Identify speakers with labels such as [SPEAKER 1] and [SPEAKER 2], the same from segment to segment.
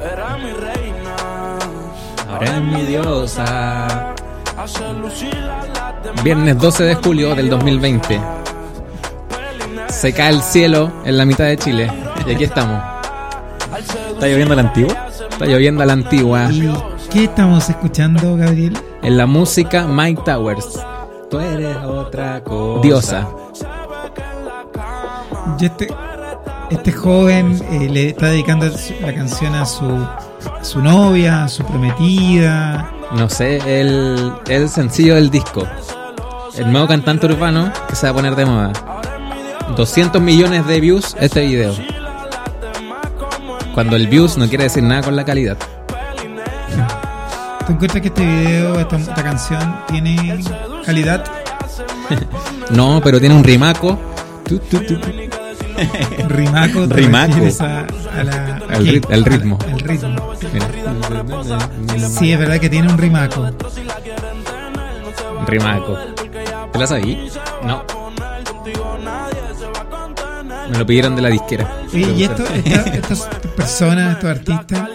[SPEAKER 1] era mi reina.
[SPEAKER 2] Ahora es mi diosa.
[SPEAKER 1] Hace lucir a las demás
[SPEAKER 2] Viernes 12 de
[SPEAKER 1] como
[SPEAKER 2] julio del 2020. Se cae el cielo en la mitad de Chile. Y aquí estamos.
[SPEAKER 3] ¿Está lloviendo el antiguo?
[SPEAKER 2] Está lloviendo a la antigua.
[SPEAKER 4] ¿Y qué estamos escuchando, Gabriel?
[SPEAKER 2] En la música, Mike Towers. Tú eres otra cosa. Diosa.
[SPEAKER 4] Yo este, este joven eh, le está dedicando su- la canción a su, a su novia, a su prometida.
[SPEAKER 2] No sé, el, el sencillo del disco. El nuevo cantante urbano que se va a poner de moda. 200 millones de views este video. Cuando el views no quiere decir nada con la calidad.
[SPEAKER 4] ¿Te encuentras que este video, esta, esta canción, tiene calidad?
[SPEAKER 2] No, pero tiene un rimaco. Tu, tu, tu, tu.
[SPEAKER 4] Rimaco. te
[SPEAKER 3] Rimaco.
[SPEAKER 4] refieres A, a la-
[SPEAKER 2] Al
[SPEAKER 4] ¿qué?
[SPEAKER 2] rit- al ritmo.
[SPEAKER 4] Al, al ritmo.
[SPEAKER 2] Mira.
[SPEAKER 4] Sí, es verdad que tiene un rimaco.
[SPEAKER 2] Rimaco. ¿Te la sabí? No. Me lo pidieron de la disquera.
[SPEAKER 4] Y, y esto, esta- estas personas, estos artistas,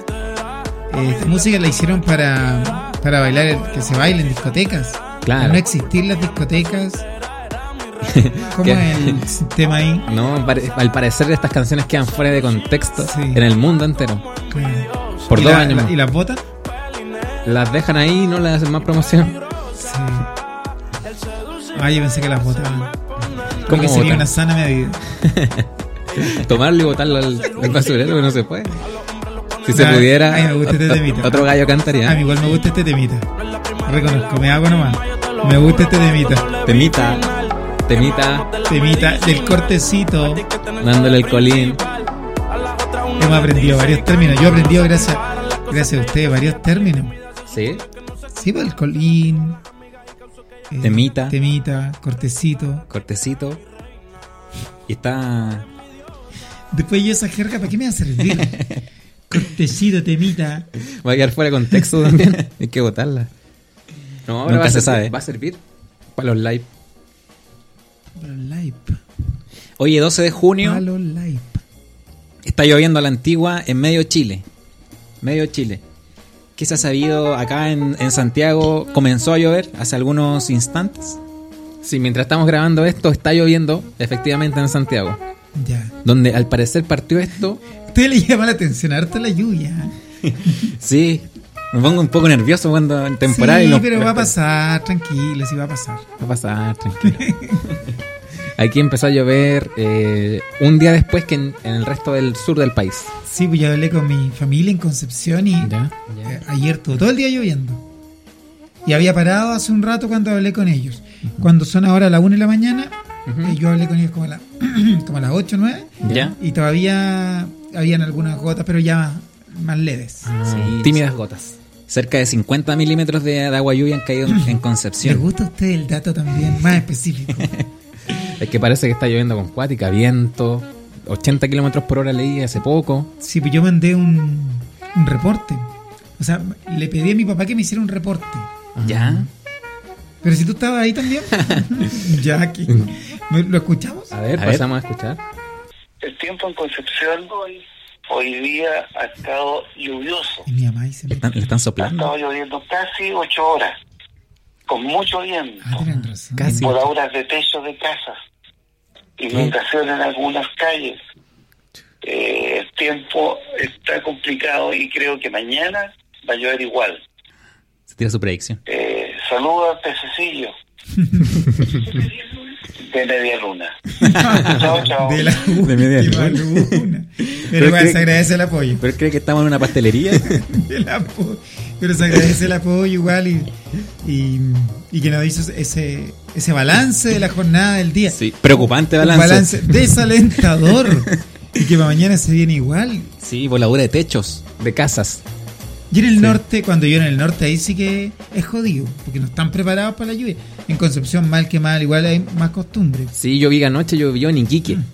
[SPEAKER 4] eh, esta música la hicieron para, para bailar, el- que se baile en discotecas.
[SPEAKER 2] Claro.
[SPEAKER 4] Al no existir las discotecas. ¿Cómo
[SPEAKER 2] ¿Qué?
[SPEAKER 4] es el sistema ahí?
[SPEAKER 2] No, pare- al parecer estas canciones quedan fuera de contexto
[SPEAKER 4] Sí.
[SPEAKER 2] en el mundo entero.
[SPEAKER 4] Claro.
[SPEAKER 2] Por
[SPEAKER 4] ¿Y
[SPEAKER 2] dos
[SPEAKER 4] la-
[SPEAKER 2] años
[SPEAKER 4] la-
[SPEAKER 2] más.
[SPEAKER 4] ¿Y las botas?
[SPEAKER 2] Las dejan ahí y no les hacen más promoción.
[SPEAKER 4] Sí. Ah, yo pensé que las botaban.
[SPEAKER 2] ¿Cómo
[SPEAKER 4] Como que sería
[SPEAKER 2] botan?
[SPEAKER 4] una sana medida.
[SPEAKER 2] Tomarlo y botarlo al, al basurero que no se puede. Si se
[SPEAKER 4] Ay,
[SPEAKER 2] pudiera,
[SPEAKER 4] ay, me gusta este
[SPEAKER 2] ot- ot-
[SPEAKER 4] temita.
[SPEAKER 2] otro gallo
[SPEAKER 4] A mí
[SPEAKER 2] cantaría.
[SPEAKER 4] igual me gusta este temita. Reconozco, me hago nomás. Me gusta este temita.
[SPEAKER 3] Temita.
[SPEAKER 2] Temita,
[SPEAKER 4] Temita del cortecito.
[SPEAKER 2] dándole el colín.
[SPEAKER 4] Hemos aprendido varios términos. Yo he aprendido gracias, gracias a ustedes varios términos.
[SPEAKER 2] ¿Sí?
[SPEAKER 4] Sí, pues el colín. eh,
[SPEAKER 3] Temita.
[SPEAKER 4] Temita, cortecito.
[SPEAKER 2] Cortecito. Y está...
[SPEAKER 4] Después yo esa jerga, ¿para qué me va a servir? cortecito, temita.
[SPEAKER 2] Va a quedar fuera de contexto también. Hay que botarla. No, pero
[SPEAKER 3] Nunca
[SPEAKER 2] va, a
[SPEAKER 3] se
[SPEAKER 2] servir-
[SPEAKER 3] sabe.
[SPEAKER 2] va a servir para los live.
[SPEAKER 4] Palo live.
[SPEAKER 2] Oye, 12 de junio.
[SPEAKER 4] Palo live.
[SPEAKER 2] Está lloviendo a la antigua en medio Chile. Medio Chile. ¿Qué se ha sabido acá en, en Santiago? Comenzó a llover hace algunos instantes. Sí, mientras estamos grabando esto, está lloviendo efectivamente en Santiago.
[SPEAKER 4] Ya.
[SPEAKER 2] Donde al parecer partió esto.
[SPEAKER 4] Usted le llama la atención harto la lluvia.
[SPEAKER 2] Sí, me pongo un poco nervioso cuando en temporada.
[SPEAKER 4] sí,
[SPEAKER 2] y no-
[SPEAKER 4] pero va a pasar, tranquilo, sí va a pasar.
[SPEAKER 2] Va a pasar, tranquilo. Aquí empezó a llover eh, un día después que en, en el resto del sur del país.
[SPEAKER 4] Sí, pues yo hablé con mi familia en Concepción y
[SPEAKER 2] Ya,
[SPEAKER 4] eh, ayer estuvo todo el día lloviendo. Y había parado hace un rato cuando hablé con ellos. Cuando son ahora las 1 de la mañana, eh, yo hablé con ellos como a, la- como a las 8 o 9.
[SPEAKER 2] Ya.
[SPEAKER 4] Y todavía habían algunas gotas, pero ya más, más leves.
[SPEAKER 2] Ah, Sí, Tímidas gotas. Cerca de 50 milímetros de, de agua lluvia han caído en, en
[SPEAKER 4] ¿Le
[SPEAKER 2] Concepción.
[SPEAKER 4] gusta a usted el dato también más específico?
[SPEAKER 2] Es que parece que está lloviendo con cuática, viento, 80 kilómetros por hora leí hace poco.
[SPEAKER 4] Sí, pues yo mandé un, un reporte. O sea, le pedí a mi papá que me hiciera un reporte.
[SPEAKER 2] Ya.
[SPEAKER 4] Pero si tú estabas ahí también. ya aquí. ¿Me-
[SPEAKER 2] Mm.
[SPEAKER 4] ¿Lo escuchamos?
[SPEAKER 2] A ver,
[SPEAKER 3] A ver.
[SPEAKER 2] pasamos a escuchar.
[SPEAKER 5] El tiempo en Concepción hoy, hoy día ha estado lluvioso.
[SPEAKER 4] Y mi mamá dice...
[SPEAKER 2] Le están, le están
[SPEAKER 5] Ha estado
[SPEAKER 2] soplando.
[SPEAKER 5] lloviendo casi ocho horas, con mucho viento,
[SPEAKER 4] Ah, tienen razón.
[SPEAKER 2] Casi.
[SPEAKER 5] voladuras de techo de casas, inundaciones en algunas calles. Eh, el tiempo está complicado y creo que mañana va a llover igual.
[SPEAKER 2] Se tira su predicción.
[SPEAKER 5] Eh, saluda al pececillo de media luna. chao, chao.
[SPEAKER 4] De la
[SPEAKER 3] De media
[SPEAKER 4] última luna. Pero igual
[SPEAKER 3] cree-
[SPEAKER 4] se agradece el apoyo.
[SPEAKER 3] ¿Pero él cree que estamos en una pastelería?
[SPEAKER 4] El apo- Pero se agradece el apoyo igual y, y, y que nos hizo ese, ese balance de la jornada del día.
[SPEAKER 3] Sí. Preocupante
[SPEAKER 4] Un
[SPEAKER 3] balance.
[SPEAKER 4] balance desalentador. y que para mañana se viene igual.
[SPEAKER 2] Sí, voladura de techos, de casas.
[SPEAKER 4] Y en el norte, cuando yo en el norte, ahí sí que es jodido, porque no están preparados para la lluvia. En Concepción, mal que mal, igual hay más costumbre.
[SPEAKER 2] Sí, yo vi anoche, llovió en Iquique.
[SPEAKER 4] Mm.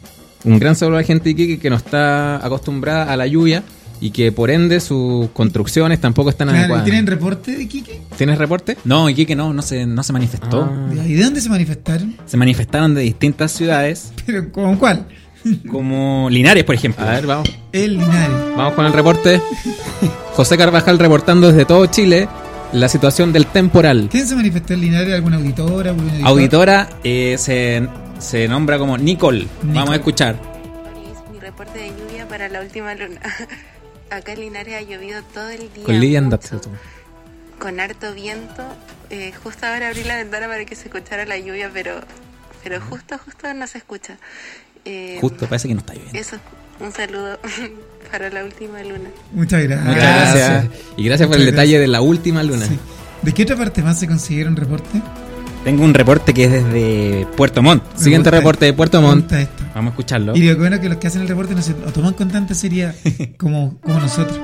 [SPEAKER 2] Un gran saludo a la gente de Iquique que no está acostumbrada a la lluvia y que por ende sus construcciones tampoco están
[SPEAKER 4] Claro, ¿y
[SPEAKER 2] adecuadas.
[SPEAKER 4] ¿Tienen reporte de Quique?
[SPEAKER 2] ¿Tienes reporte? Ah. No, Iquique no, no se, no se manifestó.
[SPEAKER 4] ¿Y de dónde se manifestaron?
[SPEAKER 2] Se manifestaron de distintas ciudades
[SPEAKER 4] ¿Pero con cuál?
[SPEAKER 6] como Linares, por ejemplo.
[SPEAKER 2] A ver, vamos.
[SPEAKER 4] El Linares.
[SPEAKER 2] Vamos con el reporte. José Carvajal reportando desde todo Chile la situación del temporal.
[SPEAKER 4] ¿Quién se manifestó en Linares? ¿Alguna auditora? algún auditor?
[SPEAKER 6] Auditora eh, se, se nombra como Nicole. Vamos a
[SPEAKER 4] Nicole.
[SPEAKER 6] escuchar.
[SPEAKER 7] Es mi reporte de lluvia para la última luna. Acá en Linares ha llovido todo el día.
[SPEAKER 2] Con Lidia
[SPEAKER 7] mucho,
[SPEAKER 2] andaste tú.
[SPEAKER 7] con harto viento. Eh, justo ahora abrí la ventana para que se escuchara la lluvia, pero, pero justo, justo no se escucha. Eh,
[SPEAKER 6] Justo, parece que no está lloviendo.
[SPEAKER 7] Eso, un saludo para la última luna.
[SPEAKER 4] Muchas gracias.
[SPEAKER 2] Muchas gracias. Y gracias por el
[SPEAKER 4] Muchas
[SPEAKER 2] detalle de la última luna.
[SPEAKER 4] Sí. ¿De qué otra parte más se consiguieron reportes?
[SPEAKER 6] Tengo un reporte que es desde Puerto Montt.
[SPEAKER 2] Siguiente
[SPEAKER 4] gusta.
[SPEAKER 2] reporte de Puerto
[SPEAKER 4] Me
[SPEAKER 2] Montt.
[SPEAKER 4] gusta esto.
[SPEAKER 6] Vamos a escucharlo.
[SPEAKER 4] Y digo, qué bueno que los que hacen el reporte no se lo toman con tanta seriedad como, como nosotros.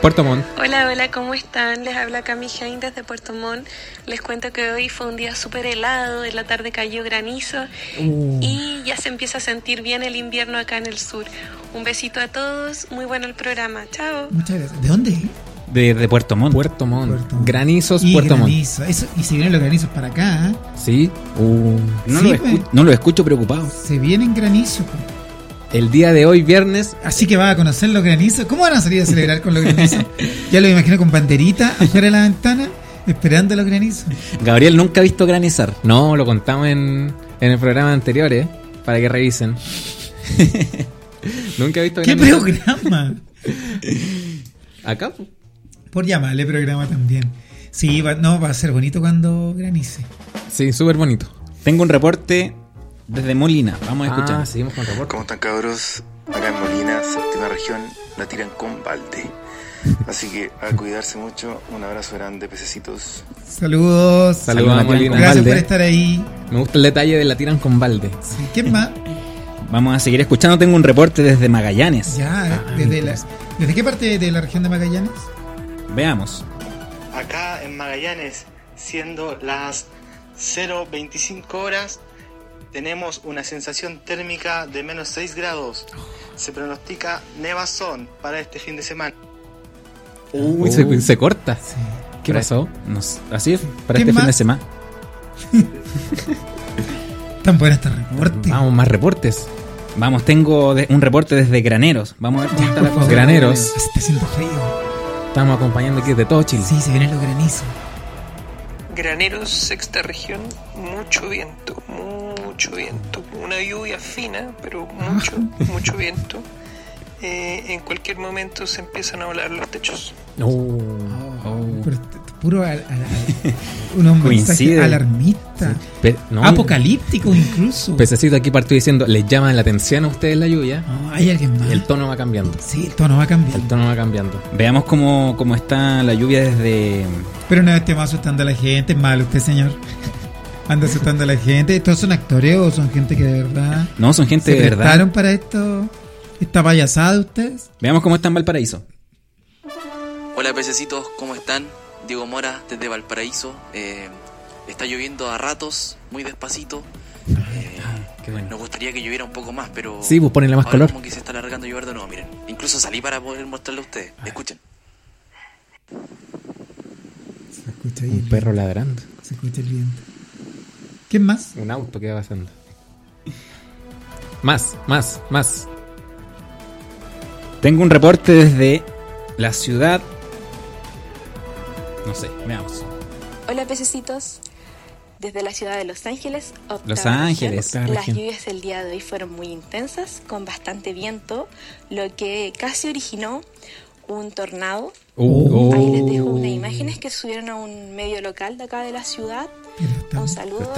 [SPEAKER 2] Puerto Montt.
[SPEAKER 7] Hola, hola, ¿cómo están? Les habla Cami Jain desde Puerto Montt. Les cuento que hoy fue un día súper helado, en la tarde cayó granizo
[SPEAKER 8] Uh.
[SPEAKER 7] y ya se empieza a sentir bien el invierno acá en el sur. Un besito a todos, muy bueno el programa, chao.
[SPEAKER 4] Muchas gracias. ¿De dónde?
[SPEAKER 6] Desde Puerto Montt.
[SPEAKER 2] Puerto Montt.
[SPEAKER 4] Puerto Montt.
[SPEAKER 2] Granizos,
[SPEAKER 4] Y
[SPEAKER 2] Puerto Montt.
[SPEAKER 4] granizo. Eso, y se vienen los granizos para acá. ¿eh?
[SPEAKER 2] Sí. Uh.
[SPEAKER 6] No,
[SPEAKER 4] Sí,
[SPEAKER 6] lo escu-
[SPEAKER 4] pues.
[SPEAKER 6] no lo escucho preocupado.
[SPEAKER 4] Se vienen granizos. pues.
[SPEAKER 2] El día de hoy, viernes,
[SPEAKER 4] Así que va a conocer los granizos. ¿Cómo van a salir a celebrar con los granizos? ya lo imagino con banderita afuera de la ventana, esperando los granizos.
[SPEAKER 6] Gabriel nunca ha visto granizar.
[SPEAKER 2] No, lo contamos en, en el programa anterior, ¿eh? Para que revisen. Nunca he visto
[SPEAKER 4] ¡Qué
[SPEAKER 2] granizo.
[SPEAKER 4] programa!
[SPEAKER 2] Acá. po.
[SPEAKER 4] Por llamarle programa también. Sí, va- no, va a ser bonito cuando granice.
[SPEAKER 2] Sí, súper bonito.
[SPEAKER 6] Tengo un reporte desde Molina. Vamos a escuchar.
[SPEAKER 2] Ah, seguimos con reporte.
[SPEAKER 9] ¿Cómo están cabros? Acá en Molina, séptima región, la tiran con balde. Así que a cuidarse mucho, un abrazo grande, pececitos.
[SPEAKER 4] Saludos.
[SPEAKER 2] Saludos a
[SPEAKER 6] Saludos,
[SPEAKER 2] Molina.
[SPEAKER 4] Gracias
[SPEAKER 2] Valde.
[SPEAKER 4] por estar ahí.
[SPEAKER 2] Me gusta el detalle de la tiran con balde.
[SPEAKER 4] Sí,
[SPEAKER 2] Eh,
[SPEAKER 4] ¿Quién más?
[SPEAKER 6] Vamos a seguir escuchando. Tengo un reporte desde Magallanes.
[SPEAKER 4] Ya,
[SPEAKER 2] ah,
[SPEAKER 4] desde, la, ¿desde qué parte de la región de Magallanes?
[SPEAKER 6] Veamos.
[SPEAKER 10] acá en Magallanes, siendo las 0.25 horas, tenemos una sensación térmica de menos 6 grados. Se pronostica nevazón para este fin de semana.
[SPEAKER 2] Uy,
[SPEAKER 6] Uh.
[SPEAKER 2] se, se corta. ¿Qué
[SPEAKER 6] Para-
[SPEAKER 2] pasó?
[SPEAKER 6] Nos- así es, para
[SPEAKER 4] ¿Quién
[SPEAKER 6] este fin de
[SPEAKER 4] más?
[SPEAKER 6] semana.
[SPEAKER 4] Tan bueno este reporte.
[SPEAKER 2] Ah, Vamos, más reportes.
[SPEAKER 6] Vamos, tengo de- un reporte desde Graneros. Vamos a ver cómo
[SPEAKER 4] Ya,
[SPEAKER 6] está
[SPEAKER 4] por
[SPEAKER 6] la cosa.
[SPEAKER 4] favor. Ah,
[SPEAKER 2] Graneros.
[SPEAKER 4] Se está haciendo frío.
[SPEAKER 2] Estamos acompañando aquí de todo Chile.
[SPEAKER 4] Sí, se vienen los granizos.
[SPEAKER 11] Graneros, sexta región, mucho viento, mucho viento. Una lluvia fina, pero mucho, mucho viento. Eh, en cualquier momento se empiezan a volar los techos.
[SPEAKER 2] Oh, oh.
[SPEAKER 4] Pero este- este puro al- al- al- un mensaje
[SPEAKER 6] Coincide.
[SPEAKER 4] alarmista.
[SPEAKER 2] Pe- no,
[SPEAKER 6] Ah, pues,
[SPEAKER 2] Pues-
[SPEAKER 4] Apocalíptico incluso.
[SPEAKER 2] Pececito aquí partió diciendo, les llama la atención a ustedes la lluvia.
[SPEAKER 4] No, Ah, hay alguien más.
[SPEAKER 2] Y el tono va cambiando.
[SPEAKER 4] sí, el tono va a cambiar.
[SPEAKER 2] El tono va cambiando.
[SPEAKER 6] Veamos cómo, cómo está la lluvia desde.
[SPEAKER 4] Pero no esté más asustando a la gente. Es malo usted, señor. Anda asustando a la gente. ¿Estos son actores o son gente que de verdad
[SPEAKER 6] No, son gente
[SPEAKER 4] se
[SPEAKER 6] de verdad.
[SPEAKER 4] prestaron para esto? ¿Esta payasada de ustedes?
[SPEAKER 6] Veamos cómo está en Valparaíso.
[SPEAKER 8] Hola pececitos, ¿cómo están? Diego Mora desde Valparaíso. Eh, está lloviendo a ratos, muy despacito. Eh,
[SPEAKER 2] Qué bueno.
[SPEAKER 8] nos gustaría que lloviera un poco más, pero...
[SPEAKER 2] Sí, pues ponenle más
[SPEAKER 8] ahora
[SPEAKER 2] color.
[SPEAKER 8] como que se está alargando a llover de nuevo, miren. Incluso salí para poder mostrarle a ustedes.
[SPEAKER 2] Ah.
[SPEAKER 8] Escuchen.
[SPEAKER 4] Se escucha ahí
[SPEAKER 2] Un
[SPEAKER 4] el-
[SPEAKER 2] perro ladrando.
[SPEAKER 4] Se escucha el viento. ¿Quién más?
[SPEAKER 2] Un auto que va pasando. Más, más, más.
[SPEAKER 6] Tengo un reporte desde la ciudad. No sé, veamos.
[SPEAKER 7] Hola pececitos, desde la ciudad de Los Ángeles, octava
[SPEAKER 6] Los
[SPEAKER 7] región.
[SPEAKER 6] Ángeles, octava
[SPEAKER 7] Las
[SPEAKER 6] región.
[SPEAKER 7] lluvias el día de hoy fueron muy intensas, con bastante viento, lo que casi originó un tornado.
[SPEAKER 2] Oh.
[SPEAKER 7] Ahí les dejo unas imágenes que subieron a un medio local de acá de la ciudad.
[SPEAKER 4] Pero está-
[SPEAKER 7] Un saludo,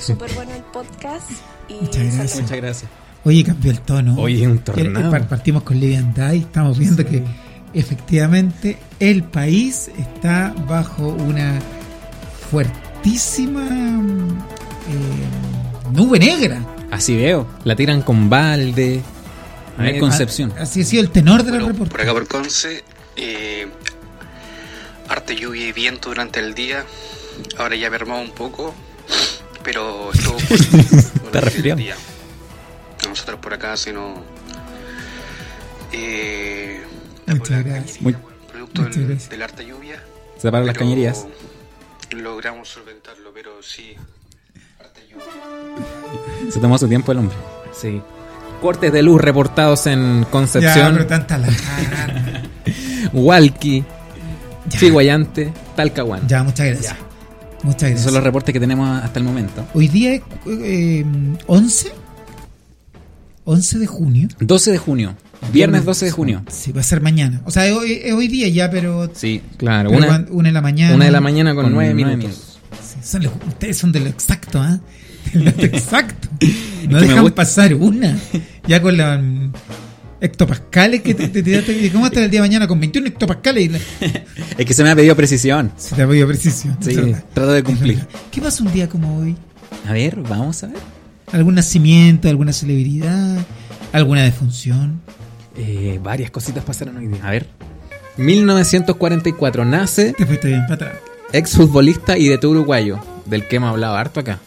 [SPEAKER 7] súper bueno el podcast. Y
[SPEAKER 4] Muchas gracias.
[SPEAKER 7] saludos.
[SPEAKER 2] Muchas gracias.
[SPEAKER 4] Oye, cambió el tono.
[SPEAKER 2] Oye, un
[SPEAKER 4] Que-
[SPEAKER 2] tornado.
[SPEAKER 4] par- Partimos con liviandad y estamos viendo que efectivamente el país está bajo una fuertísima mm, eh, nube negra.
[SPEAKER 6] Así veo.
[SPEAKER 2] La tiran con balde.
[SPEAKER 6] A ver,
[SPEAKER 2] Eh,
[SPEAKER 6] Concepción.
[SPEAKER 4] Ah, Así ha sido el tenor de la
[SPEAKER 11] Bueno,
[SPEAKER 4] reporte.
[SPEAKER 11] por acá por Conce, eh, arte lluvia y viento durante el día. Ahora ya me armado un poco, pero estuvo fuerte durante el
[SPEAKER 6] resfriado.
[SPEAKER 11] día. Nosotros por acá, si no. eh, la
[SPEAKER 4] Muchas
[SPEAKER 11] polaca
[SPEAKER 4] gracias.
[SPEAKER 6] Muy-
[SPEAKER 11] producto
[SPEAKER 4] Muchas
[SPEAKER 11] del,
[SPEAKER 4] gracias.
[SPEAKER 11] del arte lluvia.
[SPEAKER 6] Separo las
[SPEAKER 11] pero
[SPEAKER 6] cañerías.
[SPEAKER 11] Logramos solventarlo, pero sí. Arte lluvia.
[SPEAKER 6] Se tomó su tiempo el hombre.
[SPEAKER 2] Sí. Cortes de luz reportados en
[SPEAKER 4] Ya,
[SPEAKER 2] Concepción,
[SPEAKER 4] pero tanta la cara.
[SPEAKER 2] Hualqui, Chihuayante, Talcahuano.
[SPEAKER 4] Ya, muchas gracias. Muchas gracias.
[SPEAKER 6] Esos son los reportes que tenemos hasta el momento.
[SPEAKER 4] Hoy día es eh, 11. 11 de junio.
[SPEAKER 6] 12 de junio. Viernes 12 de junio.
[SPEAKER 4] Sí, va a ser mañana. O sea, es hoy, es hoy día ya, pero.
[SPEAKER 6] Sí,
[SPEAKER 2] claro.
[SPEAKER 4] pero
[SPEAKER 2] Una,
[SPEAKER 4] cuan- una de la mañana.
[SPEAKER 2] una de la mañana con, nueve minutos.
[SPEAKER 4] Sí, son los- ustedes son de lo exacto, ¿ah? De lo exacto. No
[SPEAKER 6] me
[SPEAKER 4] dejan
[SPEAKER 6] gusta.
[SPEAKER 4] pasar una. Ya con la. mm, Hectopascales que te, te tiraste. y ¿Cómo estás el día de mañana? Con 21 hectopascales. y la-
[SPEAKER 6] Es que se me ha pedido precisión.
[SPEAKER 4] Se te ha pedido precisión.
[SPEAKER 6] Sí,
[SPEAKER 4] es verdad.
[SPEAKER 6] trato de cumplir.
[SPEAKER 4] ¿Qué pasa un día como hoy?
[SPEAKER 6] A ver, vamos a ver.
[SPEAKER 4] ¿Algún nacimiento? ¿Alguna celebridad? ¿Alguna defunción?
[SPEAKER 2] Eh, varias cositas pasaron hoy día. A ver. 1944 nace
[SPEAKER 4] Te fuiste bien para atrás.
[SPEAKER 2] exfutbolista y de tu uruguayo, del que hemos hablado harto acá.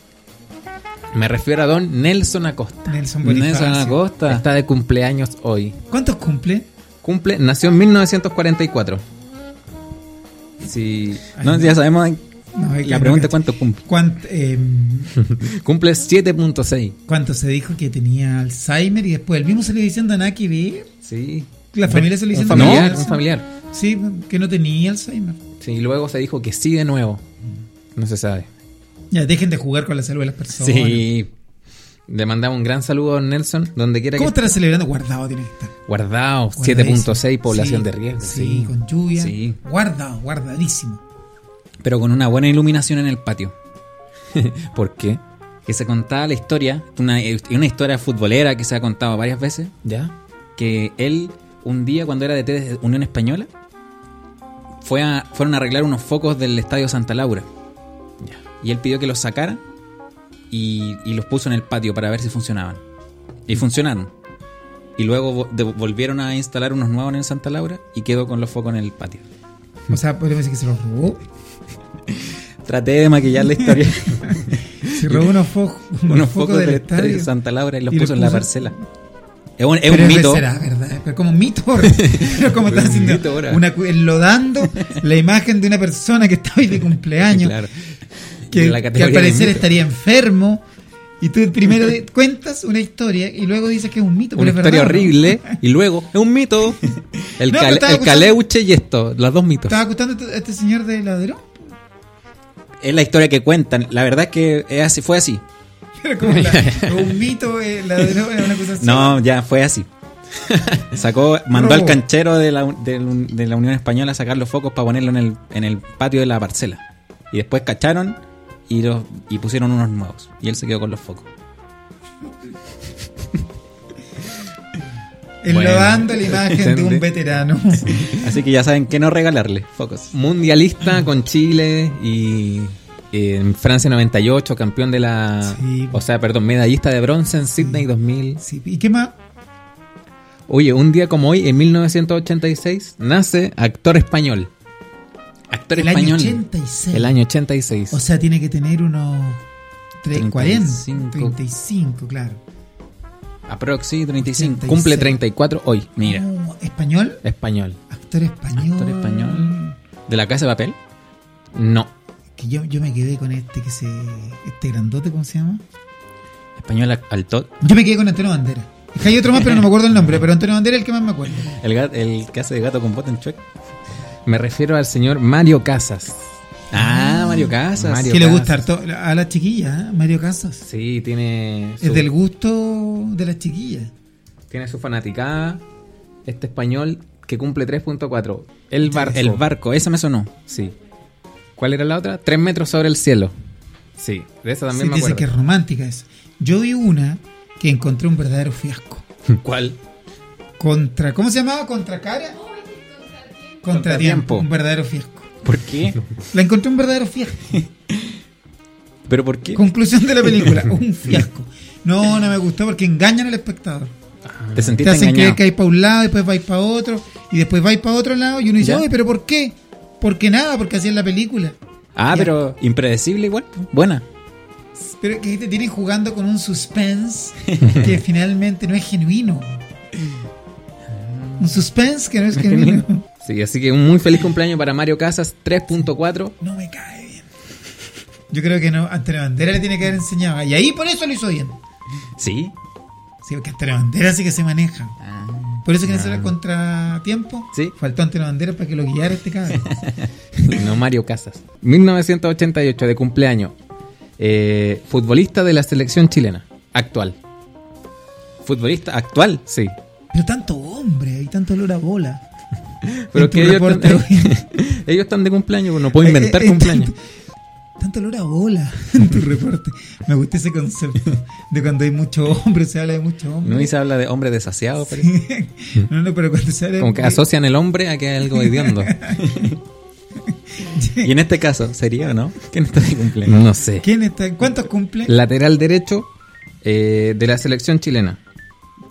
[SPEAKER 2] Me refiero a don Nelson Acosta.
[SPEAKER 4] Nelson
[SPEAKER 6] Nelson
[SPEAKER 4] Bonifacio.
[SPEAKER 6] Acosta.
[SPEAKER 2] Está de cumpleaños hoy.
[SPEAKER 4] ¿Cuántos cumple?
[SPEAKER 2] Cumple, nació en 1944. Sí.
[SPEAKER 6] No, ya sabemos.
[SPEAKER 4] No, hay que-
[SPEAKER 6] La pregunta es cuánto cumple.
[SPEAKER 4] ¿Cuánt- eh,
[SPEAKER 2] Cumple 7.6.
[SPEAKER 4] ¿Cuánto se dijo que tenía Alzheimer? Y después el mismo se le diciendo a nada que ver.
[SPEAKER 2] Sí.
[SPEAKER 4] La familia se le
[SPEAKER 2] Un
[SPEAKER 4] diciendo
[SPEAKER 2] familiar,
[SPEAKER 4] nada.
[SPEAKER 2] un familiar.
[SPEAKER 4] Sí, que no tenía Alzheimer.
[SPEAKER 2] Sí, y luego se dijo que sí de nuevo. No se sabe.
[SPEAKER 4] Ya, dejen de jugar con la salud de las personas.
[SPEAKER 2] Sí. Le mandamos un gran saludo a Nelson, donde quiera que
[SPEAKER 4] ¿Cómo estará celebrando? Guardado tiene que estar.
[SPEAKER 2] Guardado,
[SPEAKER 4] Guardadísimo.
[SPEAKER 2] 7.6 población
[SPEAKER 4] Sí,
[SPEAKER 2] de riesgo.
[SPEAKER 4] Sí, con lluvia.
[SPEAKER 6] Sí.
[SPEAKER 4] Guardado, guardadísimo.
[SPEAKER 6] Pero con una buena iluminación en el patio.
[SPEAKER 2] ¿Por qué?
[SPEAKER 6] Que se contaba la historia, una, una historia futbolera que se ha contado varias veces,
[SPEAKER 2] ¿Ya?
[SPEAKER 6] que él un día cuando era de de Unión Española fue a- fueron a arreglar unos focos del Estadio Santa Laura y él pidió que los sacaran y, y los puso en el patio para ver si funcionaban y funcionaron y luego vo- de- volvieron a instalar unos nuevos en el Santa Laura y quedó con los focos en el patio
[SPEAKER 4] O sea, podemos decir que se lo robó.
[SPEAKER 6] traté de maquillar la historia
[SPEAKER 4] Se robó unos, fo-
[SPEAKER 6] unos focos del, Estadio
[SPEAKER 4] estadio.
[SPEAKER 6] Santa Laura y los
[SPEAKER 4] Y los
[SPEAKER 6] puso en la
[SPEAKER 4] puso-
[SPEAKER 6] parcela es un, es
[SPEAKER 4] Pero
[SPEAKER 6] un
[SPEAKER 4] es
[SPEAKER 6] mito
[SPEAKER 4] Será, ¿verdad? Pero como mito ahora. Pero como
[SPEAKER 6] Pero
[SPEAKER 4] estás
[SPEAKER 6] es un
[SPEAKER 4] haciendo
[SPEAKER 6] mito ahora.
[SPEAKER 4] una cu- enlodando la imagen de una persona que está hoy de cumpleaños,
[SPEAKER 6] Claro.
[SPEAKER 4] que,
[SPEAKER 6] De la
[SPEAKER 4] que al
[SPEAKER 6] categoría de
[SPEAKER 4] parecer
[SPEAKER 6] mito.
[SPEAKER 4] estaría enfermo. Y tú primero de- cuentas una historia y luego dices que es un mito. pero
[SPEAKER 2] Una
[SPEAKER 4] es
[SPEAKER 2] historia
[SPEAKER 4] verdad, ¿no?
[SPEAKER 2] horrible y luego es un mito. El,
[SPEAKER 4] No, pero
[SPEAKER 2] cale-
[SPEAKER 4] estaba
[SPEAKER 2] el
[SPEAKER 4] escuchando-
[SPEAKER 2] caleuche y esto, los dos mitos.
[SPEAKER 4] Estaba acostando a este señor de ladrón.
[SPEAKER 6] es la historia que cuentan la verdad es que es así, fue así
[SPEAKER 4] Pero como la- como un mito, eh, ladrón es una acusación.
[SPEAKER 6] No, ya fue así. Sacó, mandó
[SPEAKER 4] Robó.
[SPEAKER 6] al canchero de la, de la- de la Unión Española a sacar los focos para ponerlo en el, en el patio de la parcela. Y después cacharon y, los, y pusieron unos nuevos. Y él se quedó con los focos.
[SPEAKER 4] enlodando la imagen de un
[SPEAKER 2] entendí.
[SPEAKER 4] veterano.
[SPEAKER 6] Así que ya saben que no regalarle focos.
[SPEAKER 2] Mundialista con Chile y eh, en Francia 98, campeón de la.
[SPEAKER 4] Sí.
[SPEAKER 2] O sea, perdón, medallista de bronce en Sydney 2000.
[SPEAKER 4] Sí, ¿Y qué más?
[SPEAKER 2] Oye, un día como hoy, en 1986, nace actor español.
[SPEAKER 6] Actor
[SPEAKER 4] el
[SPEAKER 6] español.
[SPEAKER 4] año 86.
[SPEAKER 2] El año 86.
[SPEAKER 4] O sea, tiene que tener unos tres- 40,
[SPEAKER 6] 35.
[SPEAKER 4] 35, claro.
[SPEAKER 6] Aproxi 35.
[SPEAKER 4] 86.
[SPEAKER 2] Cumple 34 hoy. Mira.
[SPEAKER 4] Oh, ¿Español?
[SPEAKER 2] Español.
[SPEAKER 4] Actor español.
[SPEAKER 6] Actor español. ¿De la casa de papel?
[SPEAKER 2] No.
[SPEAKER 4] Que yo, yo me quedé con este que se. Este grandote, ¿cómo se llama?
[SPEAKER 6] Español al- al tot.
[SPEAKER 4] Yo me quedé con Antonio Bandera. Es que hay otro más, pero no me acuerdo el nombre. Pero Antonio Bandera es el que más me acuerdo.
[SPEAKER 6] El, gat- el que hace de gato con bota en chueca.
[SPEAKER 2] Me refiero al señor Mario Casas.
[SPEAKER 6] Ah, Mario Casas.
[SPEAKER 2] Mario
[SPEAKER 4] que le
[SPEAKER 2] Casas.
[SPEAKER 4] gusta harto a las chiquillas, ¿eh? Mario Casas.
[SPEAKER 2] Sí, tiene su,
[SPEAKER 4] Es del gusto de las chiquillas.
[SPEAKER 2] tiene su fanaticada. Este español que cumple 3.4. El barco.
[SPEAKER 6] El barco, ese me sonó.
[SPEAKER 2] Sí. ¿Cuál era la otra? Tres metros sobre el cielo. Sí, de esa también
[SPEAKER 4] Sí,
[SPEAKER 2] me
[SPEAKER 4] dice
[SPEAKER 2] acuerdo.
[SPEAKER 4] que es romántica esa. Yo vi una que encontré un verdadero fiasco.
[SPEAKER 6] ¿Cuál?
[SPEAKER 4] Contra. ¿Cómo se llamaba? ¿Contra cara? Contratiempo.
[SPEAKER 6] Contratiempo.
[SPEAKER 4] Un verdadero fiasco.
[SPEAKER 6] ¿Por qué?
[SPEAKER 4] La encontré un verdadero fiasco.
[SPEAKER 6] ¿Pero por qué?
[SPEAKER 4] Conclusión de la película. Un fiasco. No, no me gustó porque engañan al espectador.
[SPEAKER 6] ¿Te
[SPEAKER 4] Te
[SPEAKER 6] sentiste
[SPEAKER 4] hacen creer
[SPEAKER 6] engañado?
[SPEAKER 4] que hay para un lado, después vais para otro, y después vais para otro lado, y uno dice,
[SPEAKER 6] ¿Ya?
[SPEAKER 4] oye, pero ¿por qué? Porque nada, porque así es la película.
[SPEAKER 6] Ah,
[SPEAKER 4] Ya.
[SPEAKER 6] pero impredecible igual. po. Buena.
[SPEAKER 4] Pero es que te tienen jugando con un suspense que finalmente no es genuino. Un suspense que no es genuino.
[SPEAKER 2] Sí, así que un muy feliz cumpleaños para Mario Casas, 3.4.
[SPEAKER 4] No me cae bien. Yo creo que no, Antonio Bandera le tiene que haber enseñado. Y ahí por eso lo hizo bien.
[SPEAKER 6] Sí.
[SPEAKER 4] Sí, porque hasta la bandera sí que se maneja.
[SPEAKER 2] Ah,
[SPEAKER 4] Por eso que en el contratiempo faltó ante la bandera para que lo guiara este cabrón.
[SPEAKER 2] no Mario Casas. 1988 de cumpleaños. Eh, futbolista de la selección chilena. Actual.
[SPEAKER 6] ¿Futbolista actual?
[SPEAKER 2] Sí.
[SPEAKER 4] Pero tanto hombre, hay tanto olor a bola.
[SPEAKER 2] Pero
[SPEAKER 4] En tu
[SPEAKER 2] que ellos,
[SPEAKER 4] reporte,
[SPEAKER 2] están, ellos están de cumpleaños, no puedo
[SPEAKER 4] Eh, eh,
[SPEAKER 2] inventar
[SPEAKER 4] eh,
[SPEAKER 2] cumpleaños.
[SPEAKER 4] Tanto olor a bola en tu reporte. Me gusta ese concepto de cuando hay mucho hombre, se habla de mucho hombre.
[SPEAKER 6] No, y se habla de hombre desasiado. pero-
[SPEAKER 4] No, no, pero cuando se habla de-
[SPEAKER 2] Como que asocian el hombre a que es algo hediondo.
[SPEAKER 6] Y en este caso, ¿sería o no? ¿Quién está de cumpleaños?
[SPEAKER 2] No sé.
[SPEAKER 4] ¿Quién está? ¿Cuántos cumple?
[SPEAKER 2] Lateral derecho eh, de la selección chilena.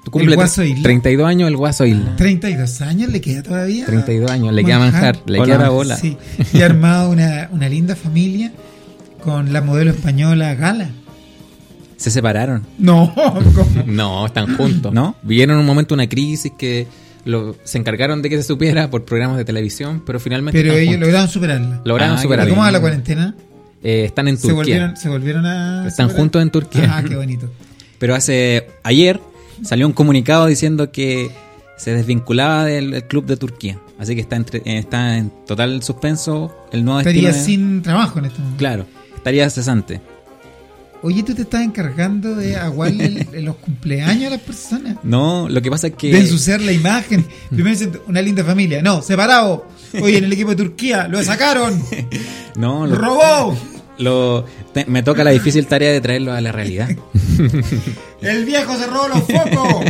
[SPEAKER 2] Tu
[SPEAKER 4] El Guaso Isla.
[SPEAKER 2] 32 años el Guaso Isla.
[SPEAKER 4] 32 años le queda todavía.
[SPEAKER 2] 32 años, le queda manjar, le
[SPEAKER 4] Olor
[SPEAKER 2] queda
[SPEAKER 4] a
[SPEAKER 2] bola.
[SPEAKER 4] Sí, y ha armado una, una linda familia con la modelo española Gala.
[SPEAKER 6] Se separaron.
[SPEAKER 4] No, ¿cómo?
[SPEAKER 2] No, están juntos.
[SPEAKER 6] ¿No?
[SPEAKER 2] Vivieron un momento una crisis que lo- se encargaron de que se supiera por programas de televisión, pero finalmente.
[SPEAKER 4] pero
[SPEAKER 2] están
[SPEAKER 4] ellos
[SPEAKER 2] juntos.
[SPEAKER 4] lograron superarla.
[SPEAKER 2] Lograron
[SPEAKER 6] Ah,
[SPEAKER 2] superarla.
[SPEAKER 4] ¿Y cómo va la cuarentena?
[SPEAKER 2] Eh, están en
[SPEAKER 4] Se
[SPEAKER 2] Turquía.
[SPEAKER 4] volvieron, se volvieron a.
[SPEAKER 2] Están
[SPEAKER 4] superar?
[SPEAKER 2] juntos en Turquía.
[SPEAKER 4] Ah, qué bonito.
[SPEAKER 6] Pero hace ayer salió un comunicado diciendo que se desvinculaba del, del club de Turquía. Así que está, entre- eh, está en total suspenso el nuevo
[SPEAKER 4] Estaría
[SPEAKER 6] destino de-
[SPEAKER 4] sin trabajo en este momento.
[SPEAKER 6] Claro, estaría cesante.
[SPEAKER 4] Oye, tú te estás encargando de aguarle el- el- los cumpleaños a las personas.
[SPEAKER 6] No, lo que pasa es que...
[SPEAKER 4] De ensuciar la imagen. Primero dicen, una linda familia. No, separado. Oye, en el equipo de Turquía, lo sacaron.
[SPEAKER 6] No, lo-
[SPEAKER 4] ¡Robó!
[SPEAKER 6] lo- te- me toca la difícil tarea de traerlo a la realidad.
[SPEAKER 4] El viejo se robó los focos.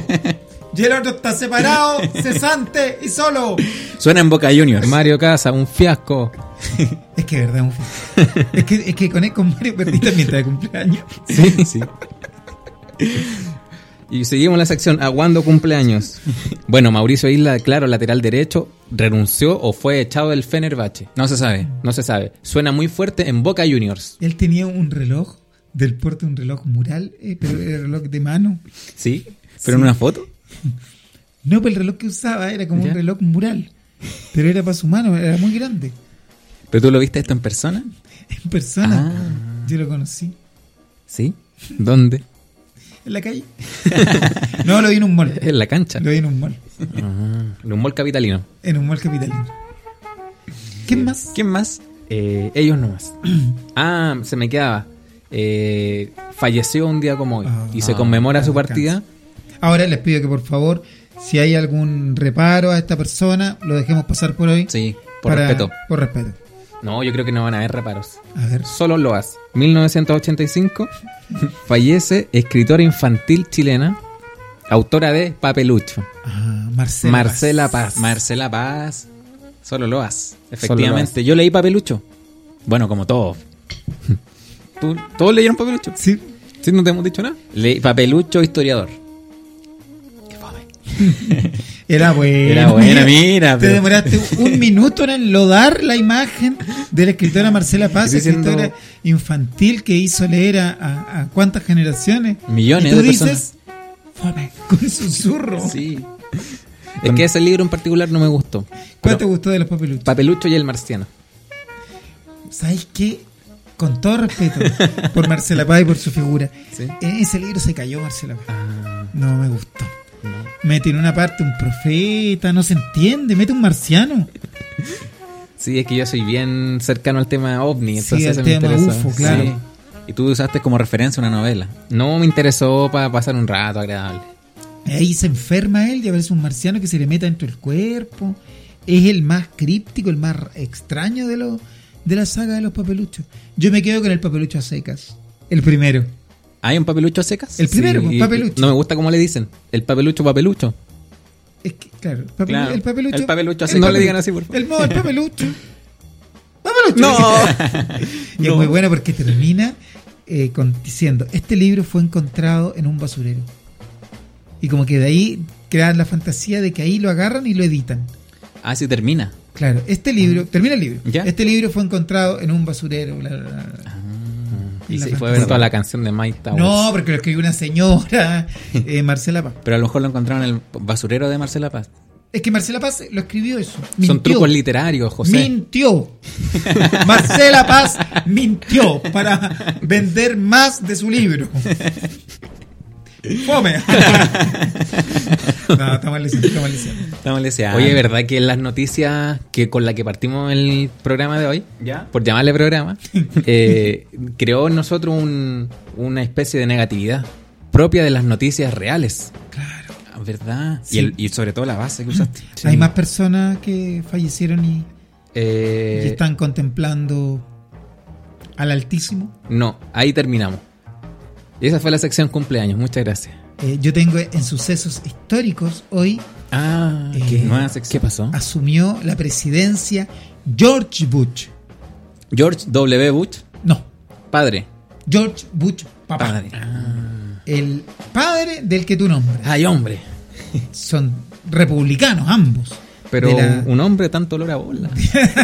[SPEAKER 4] Y el otro está separado, cesante y solo.
[SPEAKER 6] Suena en Boca Juniors.
[SPEAKER 2] Mario Casa, un fiasco.
[SPEAKER 4] Es que es verdad, un fiasco. es que, es que con, con Mario perdí también está de cumpleaños.
[SPEAKER 2] Sí, sí. Y seguimos la sección Aguando cumpleaños. Bueno, Mauricio Isla, claro, lateral derecho, renunció o fue echado del Fenerbahce.
[SPEAKER 6] No se sabe.
[SPEAKER 2] No se sabe. Suena muy fuerte en Boca Juniors.
[SPEAKER 4] Él tenía un reloj del porte, un reloj mural, eh, pero era reloj de mano.
[SPEAKER 6] ¿Sí? ¿Pero en una foto?
[SPEAKER 4] No, pero el reloj que usaba era como
[SPEAKER 2] ¿Ya?
[SPEAKER 4] un reloj mural. Pero era para su mano, era muy grande.
[SPEAKER 6] ¿Pero tú lo viste esto en persona?
[SPEAKER 4] En persona. Yo lo conocí.
[SPEAKER 2] ¿Sí? ¿Dónde?
[SPEAKER 4] En la calle. no, lo vi en un mall.
[SPEAKER 2] En la cancha.
[SPEAKER 4] Lo vi en un mall.
[SPEAKER 2] En un mall capitalino.
[SPEAKER 4] En un mall capitalino. ¿Quién más?
[SPEAKER 6] ¿Quién más?
[SPEAKER 2] Eh, ellos nomás. ah, se me quedaba. Eh, falleció un día como hoy
[SPEAKER 4] Ah,
[SPEAKER 2] y se conmemora su
[SPEAKER 4] descansa.
[SPEAKER 2] partida.
[SPEAKER 4] Ahora les pido que por favor, si hay algún reparo a esta persona, lo dejemos pasar por hoy.
[SPEAKER 6] Sí, por
[SPEAKER 4] para-
[SPEAKER 6] respeto.
[SPEAKER 4] Por respeto.
[SPEAKER 2] No, yo creo que no van a haber reparos.
[SPEAKER 4] A ver.
[SPEAKER 2] Solo Loas. 1985. fallece escritora infantil chilena, autora de Papelucho.
[SPEAKER 4] Ah, Marcela.
[SPEAKER 2] Marcela Paz.
[SPEAKER 6] Marcela Paz. Solo Loas.
[SPEAKER 2] Efectivamente.
[SPEAKER 6] Efectivamente. Yo leí Papelucho. Bueno, como todos. ¿Tú- ¿Todos leyeron Papelucho?
[SPEAKER 4] Sí.
[SPEAKER 2] ¿Sí? ¿No te hemos dicho nada?
[SPEAKER 6] Leí Papelucho, historiador.
[SPEAKER 4] Era buena.
[SPEAKER 6] Era buena, mira,
[SPEAKER 4] Te
[SPEAKER 6] pero-
[SPEAKER 4] demoraste un minuto en enlodar la imagen de la escritora Marcela Paz,
[SPEAKER 2] Estoy diciendo-
[SPEAKER 4] escritora infantil que hizo leer a, a- a cuántas generaciones.
[SPEAKER 6] Millones
[SPEAKER 4] y tú
[SPEAKER 6] de
[SPEAKER 4] dices, "Fome", con susurro.
[SPEAKER 2] Sí. es que ese libro en particular no me gustó.
[SPEAKER 4] ¿Cuál
[SPEAKER 2] Pero
[SPEAKER 4] te gustó de los papeluchos?
[SPEAKER 2] Papelucho y el marciano.
[SPEAKER 4] ¿Sabes qué? Con todo respeto por Marcela Paz y por su figura.
[SPEAKER 2] Sí. Ah.
[SPEAKER 4] En ese libro se cayó Marcela Paz. No me gustó. Mete en una parte un profeta, no se entiende, mete un marciano.
[SPEAKER 2] Sí, es que yo soy bien cercano al tema ovni,
[SPEAKER 4] Sí,
[SPEAKER 2] entonces
[SPEAKER 4] al
[SPEAKER 2] me
[SPEAKER 4] tema
[SPEAKER 2] interesa.
[SPEAKER 4] UFO, claro.
[SPEAKER 2] Sí.
[SPEAKER 6] Y tú usaste como referencia una novela.
[SPEAKER 2] No me interesó para pasar un rato agradable.
[SPEAKER 4] Ahí se enferma él y aparece un marciano que se le meta dentro del cuerpo. Es el más críptico, el más extraño de, lo, de la saga de los papeluchos. Yo me quedo con el papelucho a secas. El primero.
[SPEAKER 6] ¿Hay un papelucho a secas?
[SPEAKER 4] El primero,
[SPEAKER 2] Sí,
[SPEAKER 4] pues,
[SPEAKER 2] y-
[SPEAKER 4] papelucho.
[SPEAKER 2] No me gusta cómo le dicen. El papelucho, papelucho.
[SPEAKER 4] Es que, claro, el, papel-
[SPEAKER 6] Claro,
[SPEAKER 4] el papelucho.
[SPEAKER 6] el papelucho a
[SPEAKER 4] el
[SPEAKER 6] secas.
[SPEAKER 2] No le digan así, por favor.
[SPEAKER 4] El, no, el papelucho. ¡Papelucho! y es muy bueno porque termina eh, con- diciendo: Este libro fue encontrado en un basurero. Y como que de ahí crean la fantasía de que ahí lo agarran y lo editan.
[SPEAKER 6] Ah, sí, termina.
[SPEAKER 4] Claro, este libro, termina el libro.
[SPEAKER 6] Ya.
[SPEAKER 4] Este libro fue encontrado en un basurero. bla, bla, bla, bla.
[SPEAKER 2] Ah, Y
[SPEAKER 4] La
[SPEAKER 2] se
[SPEAKER 4] fantasía.
[SPEAKER 2] fue a ver toda la canción de Mike Towers.
[SPEAKER 4] No, porque lo escribió una señora, eh, Marcela Paz.
[SPEAKER 6] Pero a lo mejor lo encontraron en el basurero de Marcela Paz.
[SPEAKER 4] Es que Marcela Paz lo escribió eso.
[SPEAKER 2] Son
[SPEAKER 4] mintió.
[SPEAKER 2] trucos literarios, José.
[SPEAKER 4] Mintió. Marcela Paz mintió para vender más de su libro. ¡Fome! no, estamos leseando, estamos leseando.
[SPEAKER 6] Estamos leseando.
[SPEAKER 2] Oye, ¿verdad que en las noticias que con la que partimos el programa de hoy,
[SPEAKER 6] ¿Ya?
[SPEAKER 2] por llamarle programa, eh, creó en nosotros un- una especie de negatividad propia de las noticias reales.
[SPEAKER 6] Ah, ¿Verdad?
[SPEAKER 4] Sí.
[SPEAKER 6] Y, el- y sobre todo la base que usaste.
[SPEAKER 4] Hay más personas que fallecieron y,
[SPEAKER 2] Eh,
[SPEAKER 4] y están contemplando al Altísimo.
[SPEAKER 2] No, ahí terminamos. Y esa fue la sección cumpleaños, muchas gracias.
[SPEAKER 4] Eh, yo tengo en sucesos históricos hoy
[SPEAKER 2] Ah,
[SPEAKER 4] ¿qué?
[SPEAKER 2] nueva Ah. ¿Qué pasó?
[SPEAKER 4] asumió la presidencia George Bush.
[SPEAKER 2] George W. Bush,
[SPEAKER 4] No,
[SPEAKER 2] padre.
[SPEAKER 4] George Bush, papá.
[SPEAKER 2] Padre.
[SPEAKER 4] El padre del que tú nombras.
[SPEAKER 2] Ay, hombre.
[SPEAKER 4] Son republicanos ambos.
[SPEAKER 2] Pero
[SPEAKER 4] De la-
[SPEAKER 2] un hombre tanto olor a bola.
[SPEAKER 4] George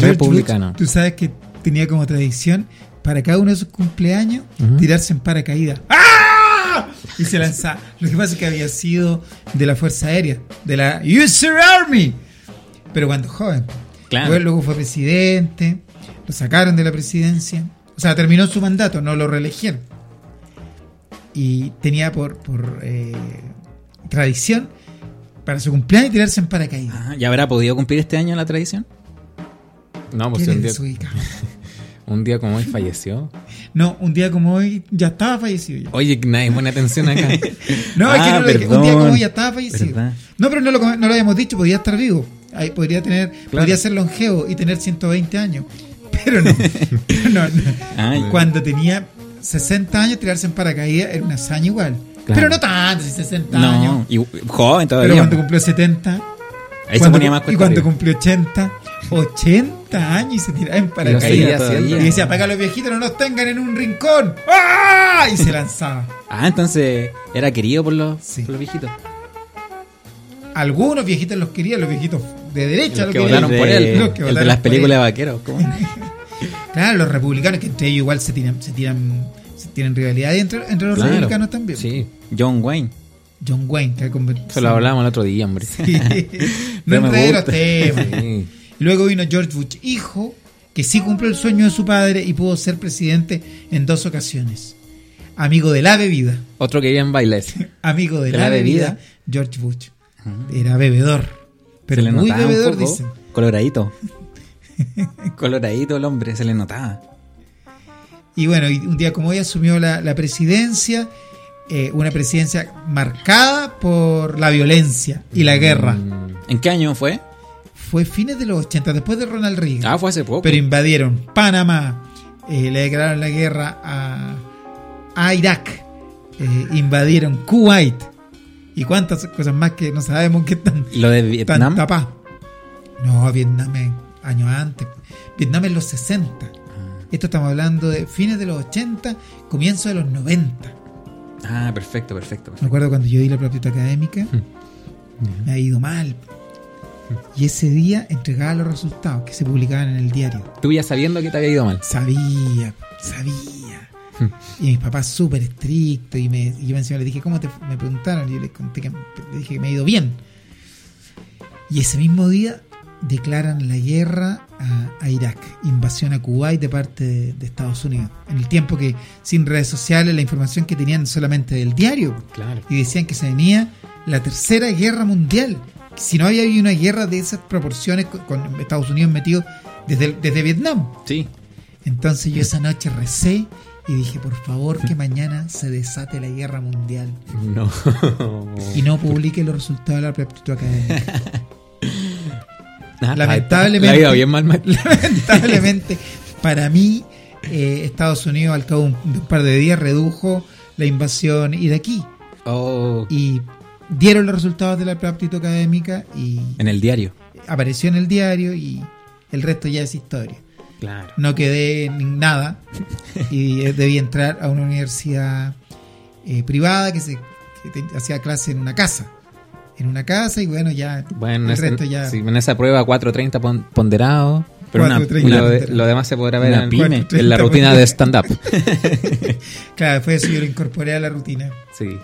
[SPEAKER 2] Republicano.
[SPEAKER 4] Bush, tú sabes que tenía como tradición para cada uno de sus cumpleaños
[SPEAKER 2] Ujú.
[SPEAKER 4] tirarse en paracaídas. ¡Ah! Y se lanzaba. Lo que pasa es que había sido de la Fuerza Aérea, de la US Air Army. Pero cuando joven.
[SPEAKER 6] Claro.
[SPEAKER 4] Luego- Luego fue presidente, lo sacaron de la presidencia. O sea, terminó su mandato, no lo reeligieron. Y tenía por, por eh, tradición para su cumpleaños tirarse en paracaídas.
[SPEAKER 6] Ah, ¿Ya habrá podido cumplir este año la tradición?
[SPEAKER 4] ¿Quién
[SPEAKER 2] No, pues un
[SPEAKER 4] es
[SPEAKER 2] día,
[SPEAKER 4] desubicado?
[SPEAKER 2] un día como hoy falleció.
[SPEAKER 4] No, un día como hoy ya estaba fallecido. ya.
[SPEAKER 2] Oye, nadie pone atención acá.
[SPEAKER 4] No, es que no
[SPEAKER 6] Ah,
[SPEAKER 4] lo dije, un día como
[SPEAKER 6] perdón.
[SPEAKER 4] hoy ya estaba fallecido.
[SPEAKER 6] ¿Verdad?
[SPEAKER 4] No, pero no lo, no lo habíamos dicho, podía estar vivo. Ahí podría tener, podría ser longevo y tener 120 años. Pero no. pero no, no.
[SPEAKER 6] Ay.
[SPEAKER 4] Cuando tenía 60 años, tirarse en paracaídas era una hazaña igual.
[SPEAKER 2] Claro.
[SPEAKER 4] Pero no tanto, si 60 años.
[SPEAKER 6] No, y, joven
[SPEAKER 4] Pero
[SPEAKER 6] todavía.
[SPEAKER 4] cuando cumplió 70.
[SPEAKER 6] Ahí se
[SPEAKER 4] cuando-
[SPEAKER 6] ponía más
[SPEAKER 4] Y
[SPEAKER 6] cuesta
[SPEAKER 4] cuando
[SPEAKER 6] arriba.
[SPEAKER 4] cumplió 80, 80 años y se tiraba en
[SPEAKER 2] Lo seguía
[SPEAKER 4] paracaídas.
[SPEAKER 2] haciendo.
[SPEAKER 4] Y decía, para que los viejitos no nos tengan en un rincón. ¡Ah! Y se lanzaba.
[SPEAKER 6] Ah, entonces era querido por los,
[SPEAKER 4] Sí.
[SPEAKER 6] por los viejitos.
[SPEAKER 4] Algunos viejitos los querían, los viejitos de derecha
[SPEAKER 2] Los
[SPEAKER 4] los
[SPEAKER 2] que
[SPEAKER 4] querían.
[SPEAKER 2] votaron por él.
[SPEAKER 4] Los que
[SPEAKER 6] el de
[SPEAKER 4] votaron
[SPEAKER 6] las
[SPEAKER 4] por
[SPEAKER 6] películas de
[SPEAKER 4] él.
[SPEAKER 6] vaqueros. ¿cómo?
[SPEAKER 4] Claro, los republicanos, que entre ellos igual se tiran, se tiran, se tienen rivalidad y entre, entre los
[SPEAKER 2] Claro.
[SPEAKER 4] republicanos también.
[SPEAKER 2] Sí,
[SPEAKER 6] John Wayne.
[SPEAKER 4] John Wayne, que ha conven-
[SPEAKER 2] eso lo hablábamos el otro día, hombre.
[SPEAKER 4] Sí. no
[SPEAKER 6] No me
[SPEAKER 4] enredé los
[SPEAKER 6] gusta.
[SPEAKER 4] temas.
[SPEAKER 2] Sí.
[SPEAKER 4] Luego vino George Bush, hijo, que sí cumplió el sueño de su padre y pudo ser presidente en dos ocasiones. Amigo de la bebida.
[SPEAKER 2] Otro que iba en bailes.
[SPEAKER 4] Amigo de,
[SPEAKER 2] ¿De
[SPEAKER 4] la,
[SPEAKER 2] la
[SPEAKER 4] bebida,
[SPEAKER 2] bebida?
[SPEAKER 4] George Bush. Era bebedor. Pero
[SPEAKER 6] se le
[SPEAKER 4] muy
[SPEAKER 6] notaba un
[SPEAKER 4] bebedor,
[SPEAKER 6] poco
[SPEAKER 4] dicen.
[SPEAKER 6] Coloradito. Coloradito el hombre, se le notaba.
[SPEAKER 4] Y bueno, y un día como hoy asumió la, la presidencia, eh, una presidencia marcada por la violencia y la guerra.
[SPEAKER 2] Mm.
[SPEAKER 6] ¿En qué año fue?
[SPEAKER 4] Fue fines de los 80, después de Ronald Reagan.
[SPEAKER 2] Ah, fue hace poco.
[SPEAKER 4] Pero invadieron Panamá, eh, le declararon la guerra a, a Irak, eh, invadieron Kuwait y cuántas cosas más que no sabemos que están,
[SPEAKER 6] ¿Y lo de
[SPEAKER 4] están
[SPEAKER 6] Vietnam?
[SPEAKER 4] tapadas. No, Vietnam es años antes. Vietnam es los 60. Esto estamos hablando de fines de los 80, comienzo de los 90.
[SPEAKER 6] Ah, perfecto, perfecto.
[SPEAKER 4] Me
[SPEAKER 6] perfecto.
[SPEAKER 4] acuerdo cuando yo di la propiedad académica, me ha ido mal. Y ese día entregaba los resultados que se publicaban en el diario.
[SPEAKER 2] Tú ya sabiendo que te había ido mal.
[SPEAKER 4] Sabía, sabía. Y mis papás súper estrictos. Y, me, y yo encima le dije, ¿cómo te fue?". me preguntaron? Y yo les conté que le dije que me ha ido bien. Y ese mismo día declaran la guerra a, a Irak, invasión a Kuwait de parte de, de Estados Unidos. En el tiempo que sin redes sociales la información que tenían solamente del diario.
[SPEAKER 2] Claro.
[SPEAKER 4] Y decían que se venía la tercera guerra mundial. Si no había habido una guerra de esas proporciones con, con Estados Unidos metido desde, el- desde Vietnam.
[SPEAKER 2] Sí.
[SPEAKER 4] Entonces yo esa noche recé y dije, por favor, que mañana se desate la guerra mundial
[SPEAKER 2] No.
[SPEAKER 4] y no publique los resultados de la preaptitud académica.
[SPEAKER 2] Ah,
[SPEAKER 4] Lamentablemente-
[SPEAKER 2] Le ha ido bien mal, mal.
[SPEAKER 4] Lamentablemente, para mí, eh, Estados Unidos al cabo de un- de un par de días redujo la invasión iraquí
[SPEAKER 2] Oh.
[SPEAKER 4] y dieron los resultados de la preaptitud académica y
[SPEAKER 6] En el diario.
[SPEAKER 4] apareció en el diario y el resto ya es historia.
[SPEAKER 2] Claro.
[SPEAKER 4] no quedé ni nada y eh, debí entrar a una universidad eh, privada que se que te- hacía clase en una casa en una casa y bueno ya
[SPEAKER 2] Bueno,
[SPEAKER 4] el
[SPEAKER 2] ese-
[SPEAKER 4] resto ya
[SPEAKER 2] sí, en esa prueba 4.30 pon- ponderado.
[SPEAKER 6] Pero una,
[SPEAKER 4] 4.30.
[SPEAKER 2] Y
[SPEAKER 6] una-
[SPEAKER 2] lo, de- lo demás se podrá ver
[SPEAKER 6] Una
[SPEAKER 2] en,
[SPEAKER 6] pyme.
[SPEAKER 2] en la rutina de stand-up.
[SPEAKER 4] claro después de eso yo lo incorporé a la rutina
[SPEAKER 2] Sí.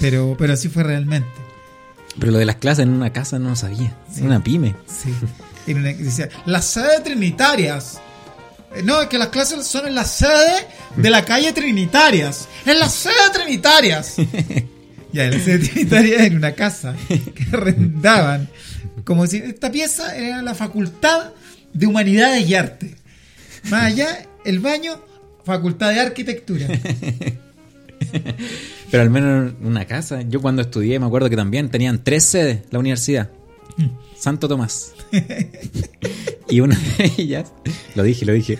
[SPEAKER 4] pero pero así fue realmente
[SPEAKER 6] pero lo de las clases en una casa no lo sabía.
[SPEAKER 4] Sí.
[SPEAKER 6] En una pyme.
[SPEAKER 4] sí en una- decía, las sedes trinitarias Eh, No, es que las clases son en la sede de la calle Trinitarias. En la sede Trinitarias. ya, en la sede Trinitarias en una casa que arrendaban. Como si esta pieza era la Facultad de Humanidades y Arte. Más allá, el baño, Facultad de Arquitectura.
[SPEAKER 6] Pero al menos en una casa. Yo cuando estudié me acuerdo que también tenían tres sedes la universidad.
[SPEAKER 4] Mm.
[SPEAKER 6] Santo Tomás. y una de ellas, lo dije, lo dije.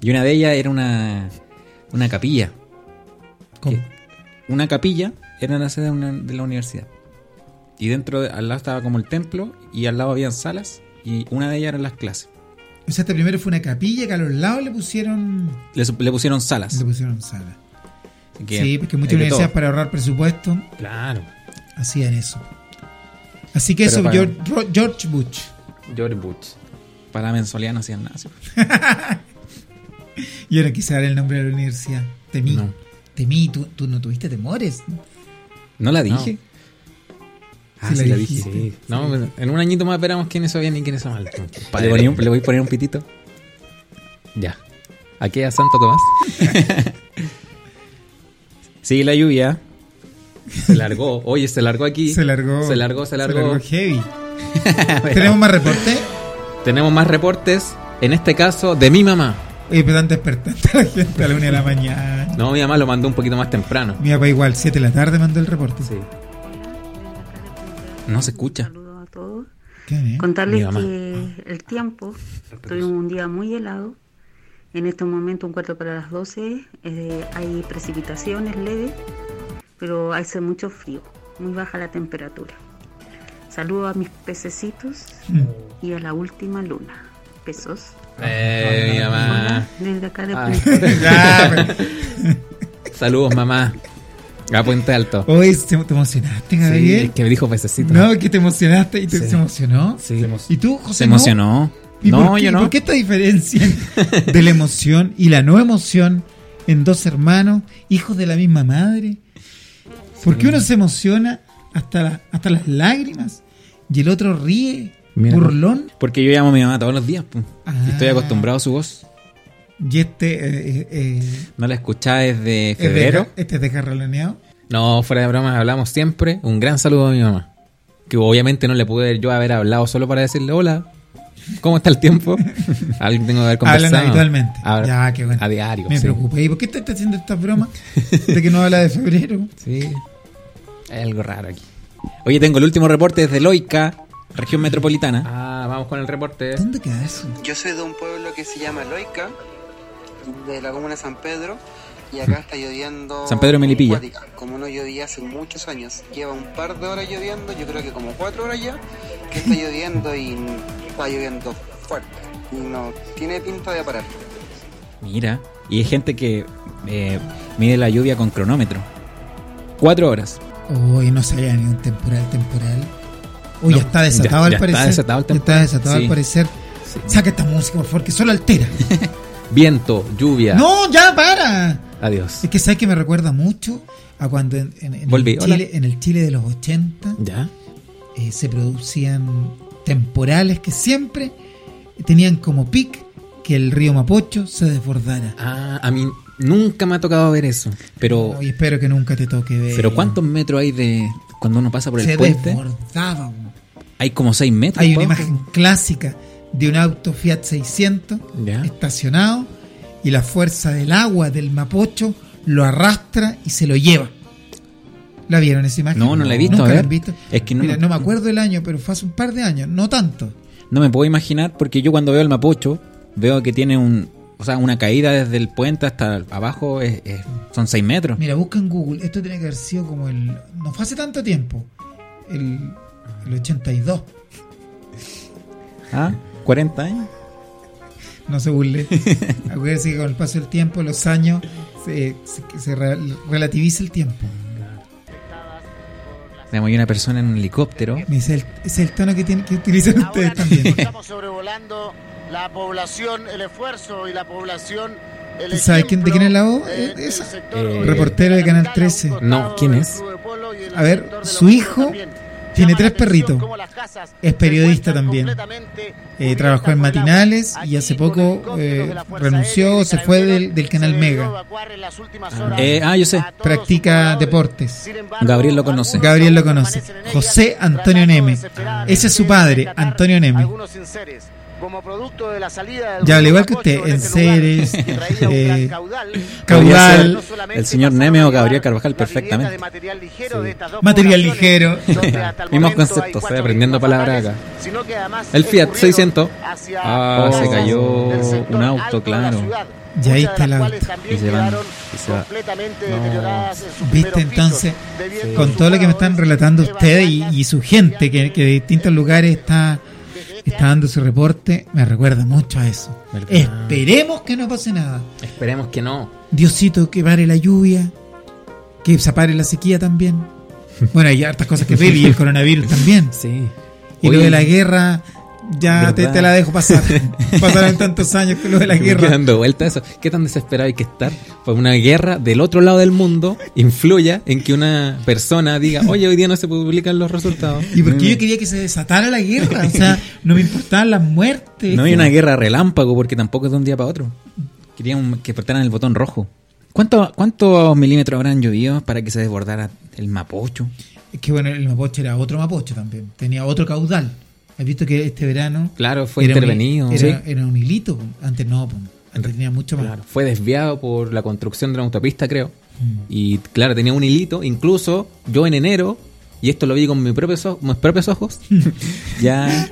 [SPEAKER 6] Y una de ellas era una, una capilla.
[SPEAKER 4] ¿Cómo?
[SPEAKER 6] Una capilla era la sede de, una- de la universidad. Y dentro, de- al lado estaba como el templo y al lado habían salas y una de ellas eran las clases.
[SPEAKER 4] O sea, este primero fue una capilla que a los lados le pusieron,
[SPEAKER 6] Le, su- le pusieron salas.
[SPEAKER 4] le pusieron sala.
[SPEAKER 6] Que-
[SPEAKER 4] sí, porque muchas
[SPEAKER 6] hay de
[SPEAKER 4] universidades
[SPEAKER 6] todo.
[SPEAKER 4] para ahorrar presupuesto
[SPEAKER 2] Claro.
[SPEAKER 4] hacían eso. Así que
[SPEAKER 6] Pero
[SPEAKER 4] eso,
[SPEAKER 6] para-
[SPEAKER 4] George, Ro- George Bush.
[SPEAKER 2] George Butch.
[SPEAKER 6] Para la mensualidad no hacían nada. sí.
[SPEAKER 4] Yo no quise dar el nombre de la universidad. Temí.
[SPEAKER 6] No.
[SPEAKER 4] Temí. Tú, tú no tuviste temores.
[SPEAKER 6] ¿No la dije? Ah,
[SPEAKER 4] Sí,
[SPEAKER 6] sí,
[SPEAKER 4] la
[SPEAKER 6] la
[SPEAKER 4] dijiste.
[SPEAKER 6] dije.
[SPEAKER 2] Sí. No, bueno, en un añito más veramos quiénes sabían y quiénes eran malos.
[SPEAKER 6] Le, ponía un- le voy a poner un pitito.
[SPEAKER 2] Ya. Aquí a Santo Tomás.
[SPEAKER 6] Sigue la lluvia.
[SPEAKER 2] Se largó. Oye, se largó aquí.
[SPEAKER 4] Se largó.
[SPEAKER 2] Se largó, se largó.
[SPEAKER 4] heavy. ¿Tenemos más reporte?
[SPEAKER 2] Tenemos más reportes. En este caso, de mi mamá.
[SPEAKER 4] Oye, pero están despertando a la gente a la una de la mañana.
[SPEAKER 2] No, mi mamá lo mandó un poquito más temprano.
[SPEAKER 4] Mi papá igual, 7 de la tarde mandó el reporte. Sí.
[SPEAKER 6] No se escucha.
[SPEAKER 12] a todos.
[SPEAKER 4] ¿Qué?
[SPEAKER 12] Contarles
[SPEAKER 6] Mi mamá.
[SPEAKER 12] que el tiempo, tuvimos un día muy helado. En este momento, un cuarto para las 12, eh, hay precipitaciones leves, pero hace mucho frío, muy baja la temperatura. Saludo a mis pececitos
[SPEAKER 4] Mm.
[SPEAKER 12] y a la última luna. Besos.
[SPEAKER 2] Eh, mi mamá.
[SPEAKER 12] Desde acá de
[SPEAKER 2] Ah.
[SPEAKER 12] Punta.
[SPEAKER 4] pues.
[SPEAKER 2] Saludos, mamá. A Puente Alto.
[SPEAKER 4] Oye, ¿te, te emocionaste,
[SPEAKER 2] Sí,
[SPEAKER 4] Gabriel?
[SPEAKER 2] es que me dijo pececito.
[SPEAKER 4] no, es que te emocionaste y te
[SPEAKER 2] Sí.
[SPEAKER 4] se emocionó.
[SPEAKER 2] Sí.
[SPEAKER 4] ¿Y tú, José?
[SPEAKER 6] Se
[SPEAKER 4] no?
[SPEAKER 6] emocionó.
[SPEAKER 4] ¿Y
[SPEAKER 6] No,
[SPEAKER 4] por qué-
[SPEAKER 6] yo
[SPEAKER 4] y
[SPEAKER 6] no.
[SPEAKER 4] ¿Por qué esta diferencia de la emoción y la no emoción en dos hermanos, hijos de la misma madre? ¿Por qué uno se emociona hasta, la- hasta las lágrimas y el otro ríe,
[SPEAKER 6] Mira.
[SPEAKER 4] burlón?
[SPEAKER 6] Porque yo llamo a mi mamá todos los días. pu.
[SPEAKER 4] Ah.
[SPEAKER 6] Y Estoy acostumbrado a su voz.
[SPEAKER 4] Y este, eh, eh, eh,
[SPEAKER 6] No la escuchaba desde
[SPEAKER 4] es de-
[SPEAKER 6] febrero.
[SPEAKER 4] este es de jarroneado.
[SPEAKER 2] No, fuera de bromas, hablamos siempre. Un gran saludo a mi mamá. Que obviamente no le pude yo haber hablado solo para decirle hola. ¿Cómo está el tiempo? Algo tengo que haber conversado.
[SPEAKER 4] Hablan habitualmente.
[SPEAKER 6] Ah,
[SPEAKER 2] Habla-
[SPEAKER 4] ya, qué bueno.
[SPEAKER 2] A diario.
[SPEAKER 4] Me
[SPEAKER 2] sí.
[SPEAKER 4] preocupé. ¿Y por qué te está haciendo estas bromas de que no habla de febrero?
[SPEAKER 2] Sí. Hay algo raro aquí.
[SPEAKER 6] Oye, tengo el último reporte desde Loica, región metropolitana.
[SPEAKER 2] Ah, vamos con el reporte.
[SPEAKER 4] ¿Dónde queda eso?
[SPEAKER 13] Yo soy de un pueblo que se llama Loica, de la comuna de San Pedro, y
[SPEAKER 4] Mm.
[SPEAKER 13] acá está lloviendo.
[SPEAKER 6] San Pedro de Melipilla.
[SPEAKER 13] acuática, Como no llovía hace muchos años. Lleva un par de horas lloviendo, yo creo que como cuatro horas ya, que está lloviendo y está lloviendo fuerte. Y no tiene pinta de parar.
[SPEAKER 6] Mira. Y hay gente que eh, mide la lluvia con cronómetro. Cuatro horas.
[SPEAKER 4] Hoy no sabía ni un temporal, temporal. Uy,
[SPEAKER 6] No,
[SPEAKER 4] ya está desatado
[SPEAKER 6] ya-
[SPEAKER 4] al
[SPEAKER 6] ya está
[SPEAKER 4] parecer.
[SPEAKER 6] desatado el
[SPEAKER 4] Ya
[SPEAKER 6] temporal.
[SPEAKER 4] Está desatado al
[SPEAKER 6] Sí.
[SPEAKER 4] parecer. Saca esta música, por favor, que solo altera.
[SPEAKER 2] Viento, lluvia.
[SPEAKER 4] ¡No, ya, para!
[SPEAKER 2] Adiós.
[SPEAKER 4] Es que sabes que me recuerda mucho a cuando en, en- en
[SPEAKER 2] Volví,
[SPEAKER 4] el, Chile, en el Chile de los 80
[SPEAKER 2] Ya.
[SPEAKER 4] eh, se producían temporales que siempre tenían como pic que el río Mapocho se desbordara.
[SPEAKER 2] Ah, a mí nunca me ha tocado ver eso.
[SPEAKER 6] Pero,
[SPEAKER 4] Hoy espero que nunca te toque ver.
[SPEAKER 6] Oh. pero ¿cuántos metros hay de cuando uno pasa por el
[SPEAKER 4] se
[SPEAKER 6] puente?
[SPEAKER 4] desbordaba. güey.
[SPEAKER 6] Hay como seis metros.
[SPEAKER 4] Hay una
[SPEAKER 6] po.
[SPEAKER 4] imagen clásica de un auto Fiat 600
[SPEAKER 2] Ya.
[SPEAKER 4] estacionado y la fuerza del agua del Mapocho lo arrastra y se lo lleva. ¿La vieron esa imagen?
[SPEAKER 6] No, no la he visto,
[SPEAKER 4] ¿Nunca
[SPEAKER 6] a ver.
[SPEAKER 4] la han visto?
[SPEAKER 6] Es que no
[SPEAKER 4] Mira,
[SPEAKER 6] me-
[SPEAKER 4] no me acuerdo el año, pero fue hace un par de años, no tanto.
[SPEAKER 6] No me puedo imaginar porque yo cuando veo el Mapocho veo que tiene un, o sea, una caída desde el puente hasta abajo es- es- son 6 metros.
[SPEAKER 4] Mira, busca en Google, esto tiene que haber sido como el... No fue hace tanto tiempo, el, el 82,
[SPEAKER 6] ¿Ah? 40 años.
[SPEAKER 4] no se burle. Acuérdense que con el paso del tiempo, los años, se, se, se re- relativiza el tiempo.
[SPEAKER 6] Tenemos ahí una persona en un helicóptero.
[SPEAKER 4] Me dice el- es el tono que, tienen, que utilizan
[SPEAKER 14] Ah,
[SPEAKER 4] ustedes también.
[SPEAKER 14] Estamos sobrevolando la población, el esfuerzo y la población. El
[SPEAKER 4] ¿Tú sabes quién- de quién es la voz?
[SPEAKER 14] eh,
[SPEAKER 4] Eh, esa.
[SPEAKER 14] el sector
[SPEAKER 2] Eh,
[SPEAKER 4] Reportero de Canal 13.
[SPEAKER 2] no, ¿quién es?
[SPEAKER 4] A ver, su hijo Tiene tres perritos. Es periodista también. Eh, trabajó en matinales y hace poco eh, renunció, se fue del, del canal Mega.
[SPEAKER 6] Eh, ah, yo sé.
[SPEAKER 4] Practica deportes.
[SPEAKER 6] Gabriel lo conoce.
[SPEAKER 4] Gabriel lo conoce. José Antonio Neme. Ese es su padre, Antonio Neme. Ya, al igual que usted, en Ceres, eh,
[SPEAKER 6] Podría ser
[SPEAKER 4] Caudal,
[SPEAKER 6] El señor Neme o Gabriel Carvajal, perfectamente.
[SPEAKER 4] material ligero.
[SPEAKER 2] Mismos conceptos, estoy aprendiendo palabras acá. El Fiat 600. Ah,
[SPEAKER 6] Oh.
[SPEAKER 2] se cayó un auto, claro.
[SPEAKER 4] Y ahí está el auto.
[SPEAKER 2] Y se van, y se va.
[SPEAKER 4] Viste, entonces, con todo lo que me están relatando ustedes y, y su gente que, que de distintos lugares está, está dando su reporte, me recuerda mucho a eso.
[SPEAKER 2] ¿Verdad?
[SPEAKER 4] Esperemos que no pase nada.
[SPEAKER 2] Esperemos que no.
[SPEAKER 4] Diosito, que pare la lluvia, que se pare la sequía también. Bueno, hay hartas cosas que ver y el coronavirus también.
[SPEAKER 2] Sí.
[SPEAKER 4] Y lo
[SPEAKER 2] Oye,
[SPEAKER 4] de la guerra, ya te,
[SPEAKER 2] ¿verdad?
[SPEAKER 4] te la dejo pasar. Pasaron tantos años que lo de la
[SPEAKER 2] Me queda
[SPEAKER 4] guerra.
[SPEAKER 2] dando vuelta eso. ¿Qué tan desesperado hay que estar? Pues una guerra del otro lado del mundo influya en que una persona diga, oye, hoy día no se publican los resultados.
[SPEAKER 4] Y porque yo quería que se desatara la guerra, o sea, no me importaban las muertes.
[SPEAKER 6] No hay una guerra relámpago porque tampoco es de un día para otro. Querían que apretaran el botón rojo. ¿Cuánto- ¿Cuántos milímetros habrán llovido para que se desbordara el Mapocho?
[SPEAKER 4] Es que bueno, el mapocho era otro mapocho también, tenía otro caudal. ¿Has visto que este verano...
[SPEAKER 2] Claro, fue
[SPEAKER 4] era un-
[SPEAKER 2] intervenido.
[SPEAKER 4] era,
[SPEAKER 2] Sí.
[SPEAKER 4] era un hilito, po. antes no, po. antes tenía mucho más.
[SPEAKER 2] Claro, fue desviado por la construcción de la autopista, creo.
[SPEAKER 6] Mm.
[SPEAKER 2] Y claro, tenía un hilito. Incluso yo en enero, y esto lo vi con mis propios, o- mis propios ojos, ya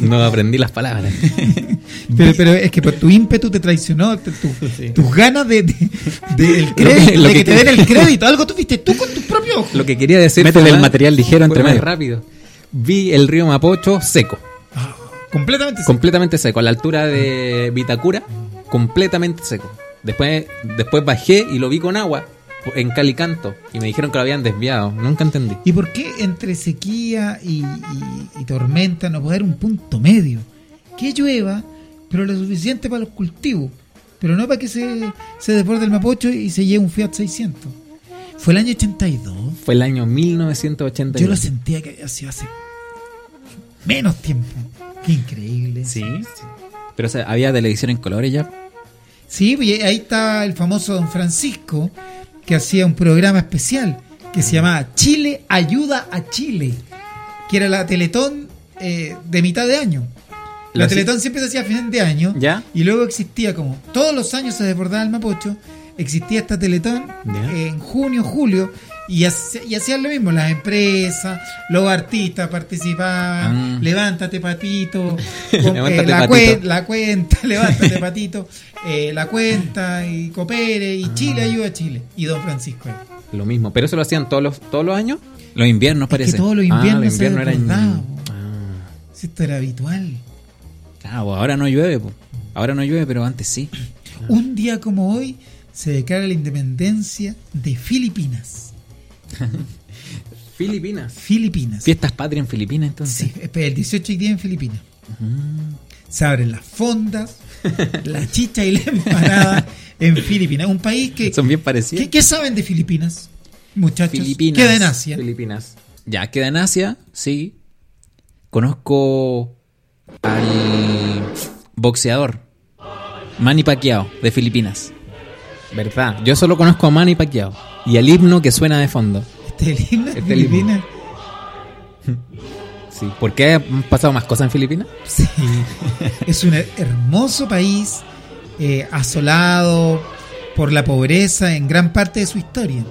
[SPEAKER 2] no aprendí las palabras.
[SPEAKER 4] Pero, pero es que por tu ímpetu te traicionó, te- tu- tus ganas de, de- de el crédito, de
[SPEAKER 2] lo que
[SPEAKER 4] que te
[SPEAKER 2] te-
[SPEAKER 4] den el crédito, algo tuviste tú con tus propios ojos.
[SPEAKER 2] Lo que quería decir
[SPEAKER 6] Métele
[SPEAKER 2] fue
[SPEAKER 6] el
[SPEAKER 2] más-
[SPEAKER 6] material ligero
[SPEAKER 2] fue
[SPEAKER 6] entre
[SPEAKER 2] más
[SPEAKER 6] medio.
[SPEAKER 2] rápido. Vi el río Mapocho seco.
[SPEAKER 4] Completamente seco.
[SPEAKER 2] Completamente seco. A la altura de Vitacura, completamente seco. Después, después bajé y lo vi con agua en Calicanto. Y me dijeron que lo habían desviado. Nunca entendí.
[SPEAKER 4] ¿Y por qué entre sequía y, y- y tormenta no puede haber un punto medio? Que llueva, pero lo suficiente para los cultivos, pero no para que se, se desborde el mapocho y se lleve un Fiat 600. Fue el año 82.
[SPEAKER 2] Fue el año 1980.
[SPEAKER 4] Yo lo sentía que había sido hace menos tiempo. Qué increíble.
[SPEAKER 6] Sí. Pero o sea, había televisión en colores ya.
[SPEAKER 4] Sí, pues, y ahí está el famoso Don Francisco, que hacía un programa especial que se llamaba Chile Ayuda a Chile, que era la Teletón eh, de mitad de año. La
[SPEAKER 2] Lo haci-
[SPEAKER 4] Teletón siempre se hacía a fin de año.
[SPEAKER 2] ¿Ya?
[SPEAKER 4] Y luego existía, como todos los años se desbordaba el Mapocho, existía esta Teletón
[SPEAKER 2] Ya.
[SPEAKER 4] eh, en junio, julio, y, hace- y hacían lo mismo, las empresas, los artistas participaban,
[SPEAKER 2] Ah.
[SPEAKER 4] levántate patito, con- eh,
[SPEAKER 2] Levántate,
[SPEAKER 4] la,
[SPEAKER 2] patito.
[SPEAKER 4] cuen- la cuenta, levántate patito, eh, la cuenta, y coopere, y Chile ayuda a Chile, y Don Francisco. ahí.
[SPEAKER 2] Lo mismo. Pero eso lo hacían todos los, todos los años.
[SPEAKER 6] Los inviernos
[SPEAKER 4] Que
[SPEAKER 6] parece.
[SPEAKER 4] todos los
[SPEAKER 2] Ah,
[SPEAKER 4] inviernos
[SPEAKER 2] los
[SPEAKER 4] se
[SPEAKER 2] inviernos eran-
[SPEAKER 4] desbordaba, po.
[SPEAKER 2] Ah.
[SPEAKER 4] Si esto era habitual.
[SPEAKER 6] Ah, pues ahora no llueve, pues. Ahora no llueve, pero antes sí.
[SPEAKER 4] Un día como hoy se declara la independencia de Filipinas.
[SPEAKER 2] Filipinas.
[SPEAKER 4] Filipinas.
[SPEAKER 6] Fiestas patrias en Filipinas
[SPEAKER 4] Sí,
[SPEAKER 6] entonces.
[SPEAKER 4] espera, el 18 y 10 en Filipinas. Se abren las fondas, la chicha y la empanada en Filipinas. Un país que.
[SPEAKER 6] Son bien parecidos.
[SPEAKER 4] ¿Qué, qué saben de Filipinas, muchachos?
[SPEAKER 6] Filipinas.
[SPEAKER 4] Queda en Asia.
[SPEAKER 2] Filipinas.
[SPEAKER 6] Ya queda en Asia, sí. Conozco al boxeador Manny Pacquiao de Filipinas.
[SPEAKER 2] ¿Verdad? Yo solo conozco a Manny Pacquiao. Y al himno que suena de fondo.
[SPEAKER 4] Este es el himno de
[SPEAKER 2] Este es el himno.
[SPEAKER 4] Filipinas.
[SPEAKER 2] Sí. ¿Por qué han pasado más cosas en Filipinas?
[SPEAKER 4] Sí. es un hermoso país eh, asolado por la pobreza en gran parte de su historia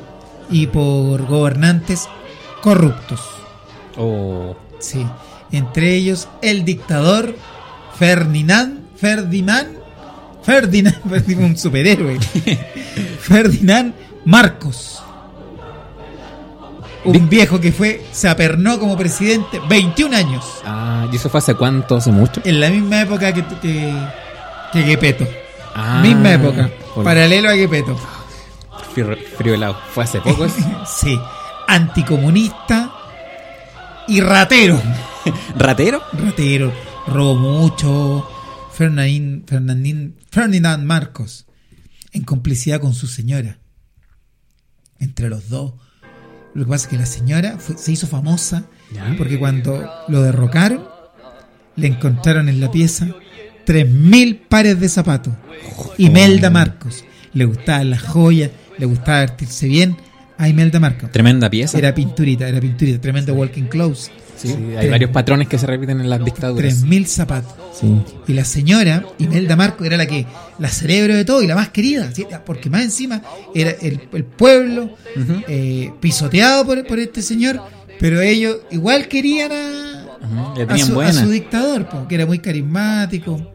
[SPEAKER 4] y por gobernantes corruptos.
[SPEAKER 2] O
[SPEAKER 4] Sí. Entre ellos el dictador Ferdinand, Ferdinand, Ferdinand, Ferdinand, un superhéroe. Ferdinand Marcos. Un viejo que fue, se apernó como presidente 21 años.
[SPEAKER 2] Ah, ¿y eso fue hace cuánto? ¿Hace mucho?
[SPEAKER 4] En la misma época que, que, que Gepetto.
[SPEAKER 2] Ah,
[SPEAKER 4] misma época.
[SPEAKER 2] por-
[SPEAKER 4] Paralelo a Gepetto.
[SPEAKER 2] Frio, frío helado. ¿Fue hace poco eso?
[SPEAKER 4] sí. Anticomunista y ratero.
[SPEAKER 6] ¿Ratero?
[SPEAKER 4] Ratero. Robó mucho. Fernandín, Fernandín, Ferdinand Marcos. En complicidad con su señora. Entre los dos. Lo que pasa es que la señora fue- se hizo famosa Porque cuando lo derrocaron, le encontraron en la pieza 3.000 pares de zapatos. Imelda Marcos. Le gustaban las joyas, le gustaba vestirse bien a Imelda Marcos.
[SPEAKER 6] Tremenda pieza.
[SPEAKER 4] Era pinturita, era pinturita. Tremendo walking clothes.
[SPEAKER 2] Sí, hay varios patrones que se repiten en las dictaduras.
[SPEAKER 4] 3.000 zapatos.
[SPEAKER 2] Sí.
[SPEAKER 4] Y la señora, Imelda Marco, era la que, la cerebro de todo y la más querida, ¿sí? porque más encima era el, el pueblo eh, pisoteado por, por este señor, pero ellos igual querían a,
[SPEAKER 6] La
[SPEAKER 4] a
[SPEAKER 6] tenían
[SPEAKER 4] su, a
[SPEAKER 6] buena.
[SPEAKER 4] su dictador, po, que era muy carismático,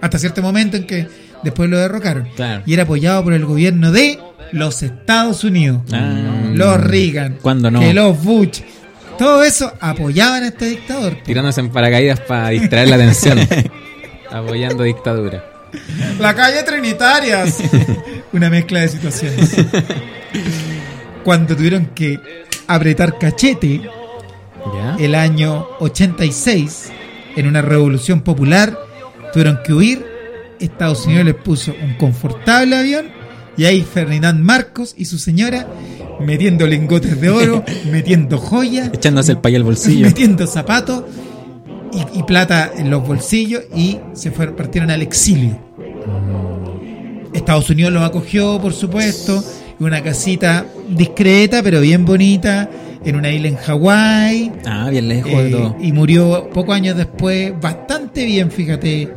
[SPEAKER 4] hasta cierto momento en que después lo derrocaron.
[SPEAKER 6] Claro.
[SPEAKER 4] Y era apoyado por el gobierno de los Estados Unidos,
[SPEAKER 6] Ah.
[SPEAKER 4] los Reagan,
[SPEAKER 6] ¿Cuándo no?
[SPEAKER 4] que los Bush, todo eso apoyaban a este dictador.
[SPEAKER 2] Tirándose en paracaídas para distraer la atención. apoyando dictadura.
[SPEAKER 4] La calle Trinitarias. Una mezcla de situaciones. Cuando tuvieron que apretar cachete
[SPEAKER 2] Eh,
[SPEAKER 4] el año 86 en una revolución popular, tuvieron que huir. Estados Unidos les puso un confortable avión y ahí Ferdinand Marcos y su señora metiendo lingotes de oro, metiendo joyas,
[SPEAKER 6] Echándose el pay al bolsillo.
[SPEAKER 4] metiendo zapatos y, y plata en los bolsillos y se fueron, partieron al exilio.
[SPEAKER 6] Mm.
[SPEAKER 4] Estados Unidos los acogió, por supuesto, en una casita discreta pero bien bonita, en una isla en Hawái.
[SPEAKER 6] Ah, bien lejos de
[SPEAKER 4] Eh,
[SPEAKER 6] todo.
[SPEAKER 4] y murió pocos años después, bastante bien, fíjate,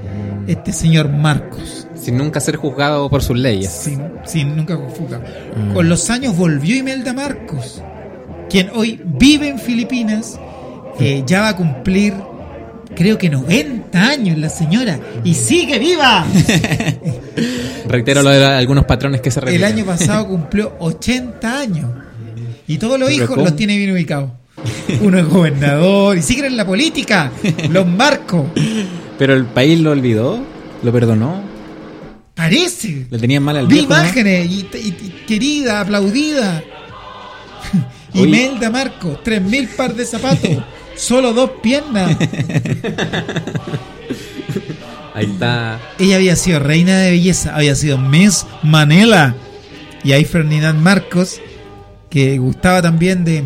[SPEAKER 4] este señor Marcos,
[SPEAKER 2] Sin nunca ser juzgado por sus leyes.
[SPEAKER 4] sin nunca confuga.
[SPEAKER 2] Mm.
[SPEAKER 4] Con los años volvió Imelda Marcos, quien hoy vive en Filipinas,
[SPEAKER 2] Mm.
[SPEAKER 4] eh, ya va a cumplir creo que 90 años la señora
[SPEAKER 2] Mm.
[SPEAKER 4] y sigue viva.
[SPEAKER 2] Reitero lo de la- algunos patrones que se
[SPEAKER 4] El
[SPEAKER 2] repiten.
[SPEAKER 4] año pasado cumplió 80 años y todos los
[SPEAKER 2] Pero
[SPEAKER 4] hijos
[SPEAKER 2] ¿cómo?
[SPEAKER 4] los tiene bien ubicados. Uno es gobernador y siguen en la política. Los Marcos,
[SPEAKER 6] Pero el país lo olvidó, lo perdonó.
[SPEAKER 4] parece.
[SPEAKER 6] Le tenían mal al
[SPEAKER 4] Vi
[SPEAKER 6] viejo, ¿no?
[SPEAKER 4] imágenes y, y- y querida, aplaudida.
[SPEAKER 6] Oye.
[SPEAKER 4] Imelda Marco, 3000 par de zapatos, solo dos piernas.
[SPEAKER 2] Ahí está.
[SPEAKER 4] Ella había sido reina de belleza, había sido Miss Manela. Y ahí Ferdinand Marcos, que gustaba también de,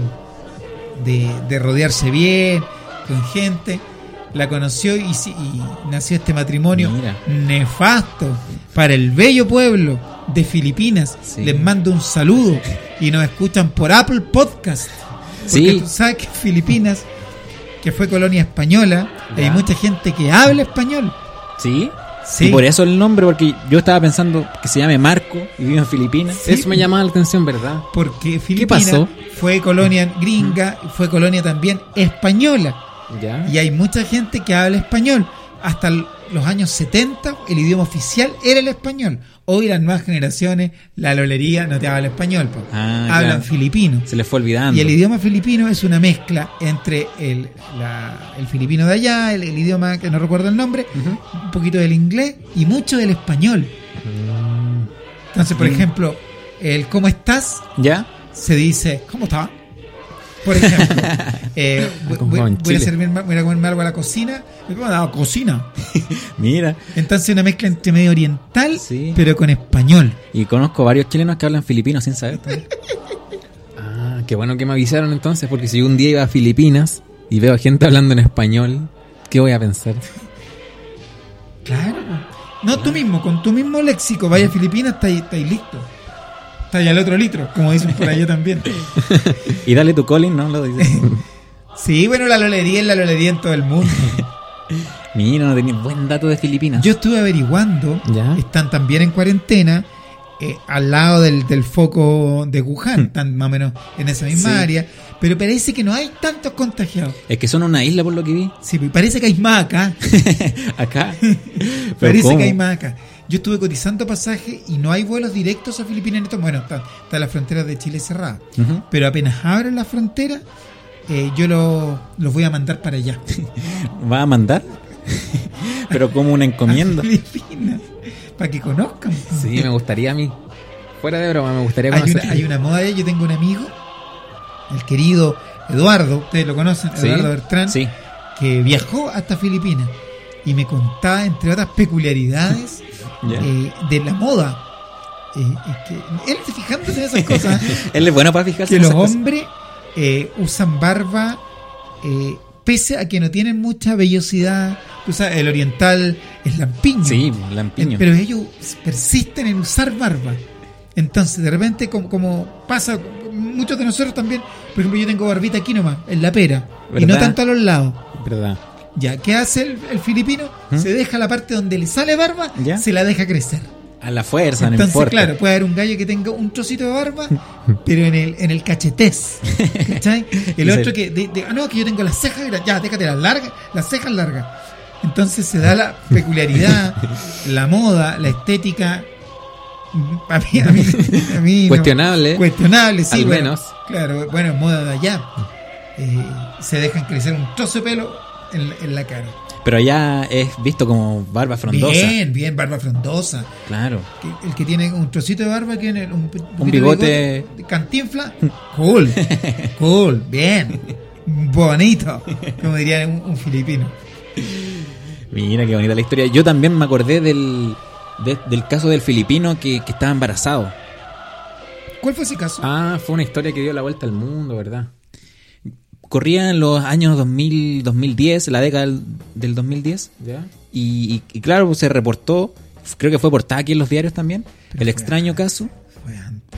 [SPEAKER 4] de, de rodearse bien, con gente, la conoció y, si- y nació este matrimonio nefasto para el bello pueblo de Filipinas. Les mando un saludo y nos escuchan por Apple Podcast. Porque
[SPEAKER 6] Sí.
[SPEAKER 4] tú sabes que Filipinas, que fue colonia española, hay
[SPEAKER 6] Ya.
[SPEAKER 4] mucha gente que habla español.
[SPEAKER 6] ¿Sí?
[SPEAKER 4] Sí.
[SPEAKER 6] Y por eso el nombre, porque yo estaba pensando que se llame Marco y vive en Filipinas.
[SPEAKER 4] Sí. Eso me
[SPEAKER 2] llamaba la atención, ¿verdad?
[SPEAKER 4] Porque Filipinas
[SPEAKER 6] pasó?
[SPEAKER 4] fue colonia gringa, fue colonia también española.
[SPEAKER 2] Ya.
[SPEAKER 4] Y hay mucha gente que habla español. Hasta l- los años 70 el idioma oficial era el español. Hoy las nuevas generaciones, la lolería no te habla español. po.
[SPEAKER 6] Ah,
[SPEAKER 4] Hablan
[SPEAKER 6] claro.
[SPEAKER 4] filipino.
[SPEAKER 6] Se les fue olvidando.
[SPEAKER 4] Y el idioma filipino es una mezcla entre el, la- el filipino de allá, el, el idioma que no recuerdo el nombre, un poquito del inglés y mucho del español.
[SPEAKER 6] Ah.
[SPEAKER 4] Entonces, por
[SPEAKER 6] Mm.
[SPEAKER 4] ejemplo, el ¿cómo estás?
[SPEAKER 6] ¿Ya?
[SPEAKER 4] se dice, ¿cómo está? Por ejemplo, eh, voy,
[SPEAKER 6] Con
[SPEAKER 4] voy- voy a
[SPEAKER 6] chile.
[SPEAKER 4] servirme- voy a comerme algo a la cocina. Me voy a la cocina.
[SPEAKER 6] Mira.
[SPEAKER 4] Entonces una mezcla entre medio oriental, pero con español.
[SPEAKER 6] Y conozco varios chilenos que hablan filipino sin saber. también.
[SPEAKER 2] Ah, qué bueno que me avisaron entonces, porque si yo un día iba a Filipinas y veo gente hablando en español, ¿qué voy a pensar?
[SPEAKER 4] Claro. No, tú mismo, con tu mismo léxico, vaya a Filipinas, está ahí, está ahí listo. Está ahí al otro litro, como dicen por allá también.
[SPEAKER 6] y dale tu Colin, ¿no? Lo dice.
[SPEAKER 4] Sí, bueno, la lolería es la lolería en todo el mundo.
[SPEAKER 6] Mira, no tenía buen dato de Filipinas.
[SPEAKER 4] Yo estuve averiguando, están también en cuarentena, eh, al lado del, del foco de Wuhan, están más o menos en esa misma
[SPEAKER 6] Hmm. Sí.
[SPEAKER 4] área, pero parece que no hay tantos contagiados.
[SPEAKER 6] Es que son una isla por lo que vi.
[SPEAKER 4] Sí, pues, parece que hay más acá.
[SPEAKER 6] Acá.
[SPEAKER 4] Parece
[SPEAKER 6] ¿cómo?
[SPEAKER 4] que hay más acá. Yo estuve cotizando pasajes y no hay vuelos directos a Filipinas en estos Bueno, está, está la frontera de Chile cerrada.
[SPEAKER 6] Ujú.
[SPEAKER 4] Pero apenas abren la frontera, eh, yo lo- los voy a mandar para allá.
[SPEAKER 6] ¿Va a mandar? Pero como una encomienda.
[SPEAKER 4] Filipinas. Para que conozcan.
[SPEAKER 2] Sí, me gustaría a mí. Fuera de broma, me gustaría
[SPEAKER 4] hay
[SPEAKER 2] conocer.
[SPEAKER 4] una, hay una moda, yo tengo un amigo, el querido Eduardo, ustedes lo conocen,
[SPEAKER 2] Sí,
[SPEAKER 4] Eduardo Bertrán, que viajó hasta Filipinas y me contaba, entre otras peculiaridades,
[SPEAKER 6] Ya.
[SPEAKER 4] eh, de la moda. Eh, es que- él fijándose en esas cosas, ¿eh?
[SPEAKER 6] Él es bueno para fijarse
[SPEAKER 4] que
[SPEAKER 6] en
[SPEAKER 4] los
[SPEAKER 6] esas cosas.
[SPEAKER 4] hombres eh, usan barba eh, pese a que no tienen mucha vellosidad, tú sabes, el oriental es lampiño.
[SPEAKER 6] Sí, lampiño.
[SPEAKER 4] Eh, Pero ellos persisten en usar barba. Entonces, de repente, como, como pasa, muchos de nosotros también, por ejemplo, yo tengo barbita aquí nomás, en la pera, y no
[SPEAKER 6] ¿Verdad?
[SPEAKER 4] tanto a los lados.
[SPEAKER 6] ¿Verdad?
[SPEAKER 4] Ya, ¿qué hace el, el filipino?
[SPEAKER 6] ¿Mm?
[SPEAKER 4] Se deja la parte donde le sale barba, se la deja crecer.
[SPEAKER 6] A la fuerza, no
[SPEAKER 4] Entonces,
[SPEAKER 6] importa.
[SPEAKER 4] claro, puede haber un gallo que tenga un trocito de barba, pero en el, en el cachetés. ¿Cachai? El
[SPEAKER 6] Es
[SPEAKER 4] otro
[SPEAKER 6] el-
[SPEAKER 4] que, de- de- ah, no, que yo tengo las cejas grandes, ya, déjate las largas, las cejas largas. Entonces se da la peculiaridad, la moda, la estética. mm, A mí, a mí, a mí no-
[SPEAKER 2] Cuestionable.
[SPEAKER 4] cuestionable, sí.
[SPEAKER 2] Al
[SPEAKER 4] bueno,
[SPEAKER 2] menos.
[SPEAKER 4] Claro, bueno, moda de allá. Eh, se dejan crecer un trozo de pelo en, en la cara.
[SPEAKER 6] Pero allá es visto como barba frondosa.
[SPEAKER 4] Bien, bien, barba frondosa.
[SPEAKER 6] Claro.
[SPEAKER 4] Que- El que tiene un trocito de barba, que tiene un,
[SPEAKER 6] Un
[SPEAKER 4] de
[SPEAKER 6] bigote.
[SPEAKER 4] Cantinfla, cool, cool, bien, bonito, como diría un, un filipino.
[SPEAKER 6] Mira qué bonita la historia. Yo también me acordé del, de- del caso del filipino que, que estaba embarazado.
[SPEAKER 4] ¿Cuál fue ese caso?
[SPEAKER 2] Ah, fue una historia que dio la vuelta al mundo, ¿verdad?
[SPEAKER 6] Corría en los años 2000, 2010, la década del, del 2010.
[SPEAKER 2] ¿Ya?
[SPEAKER 6] Y, y- y claro, se reportó, creo que fue portada aquí en los diarios también, el extraño caso.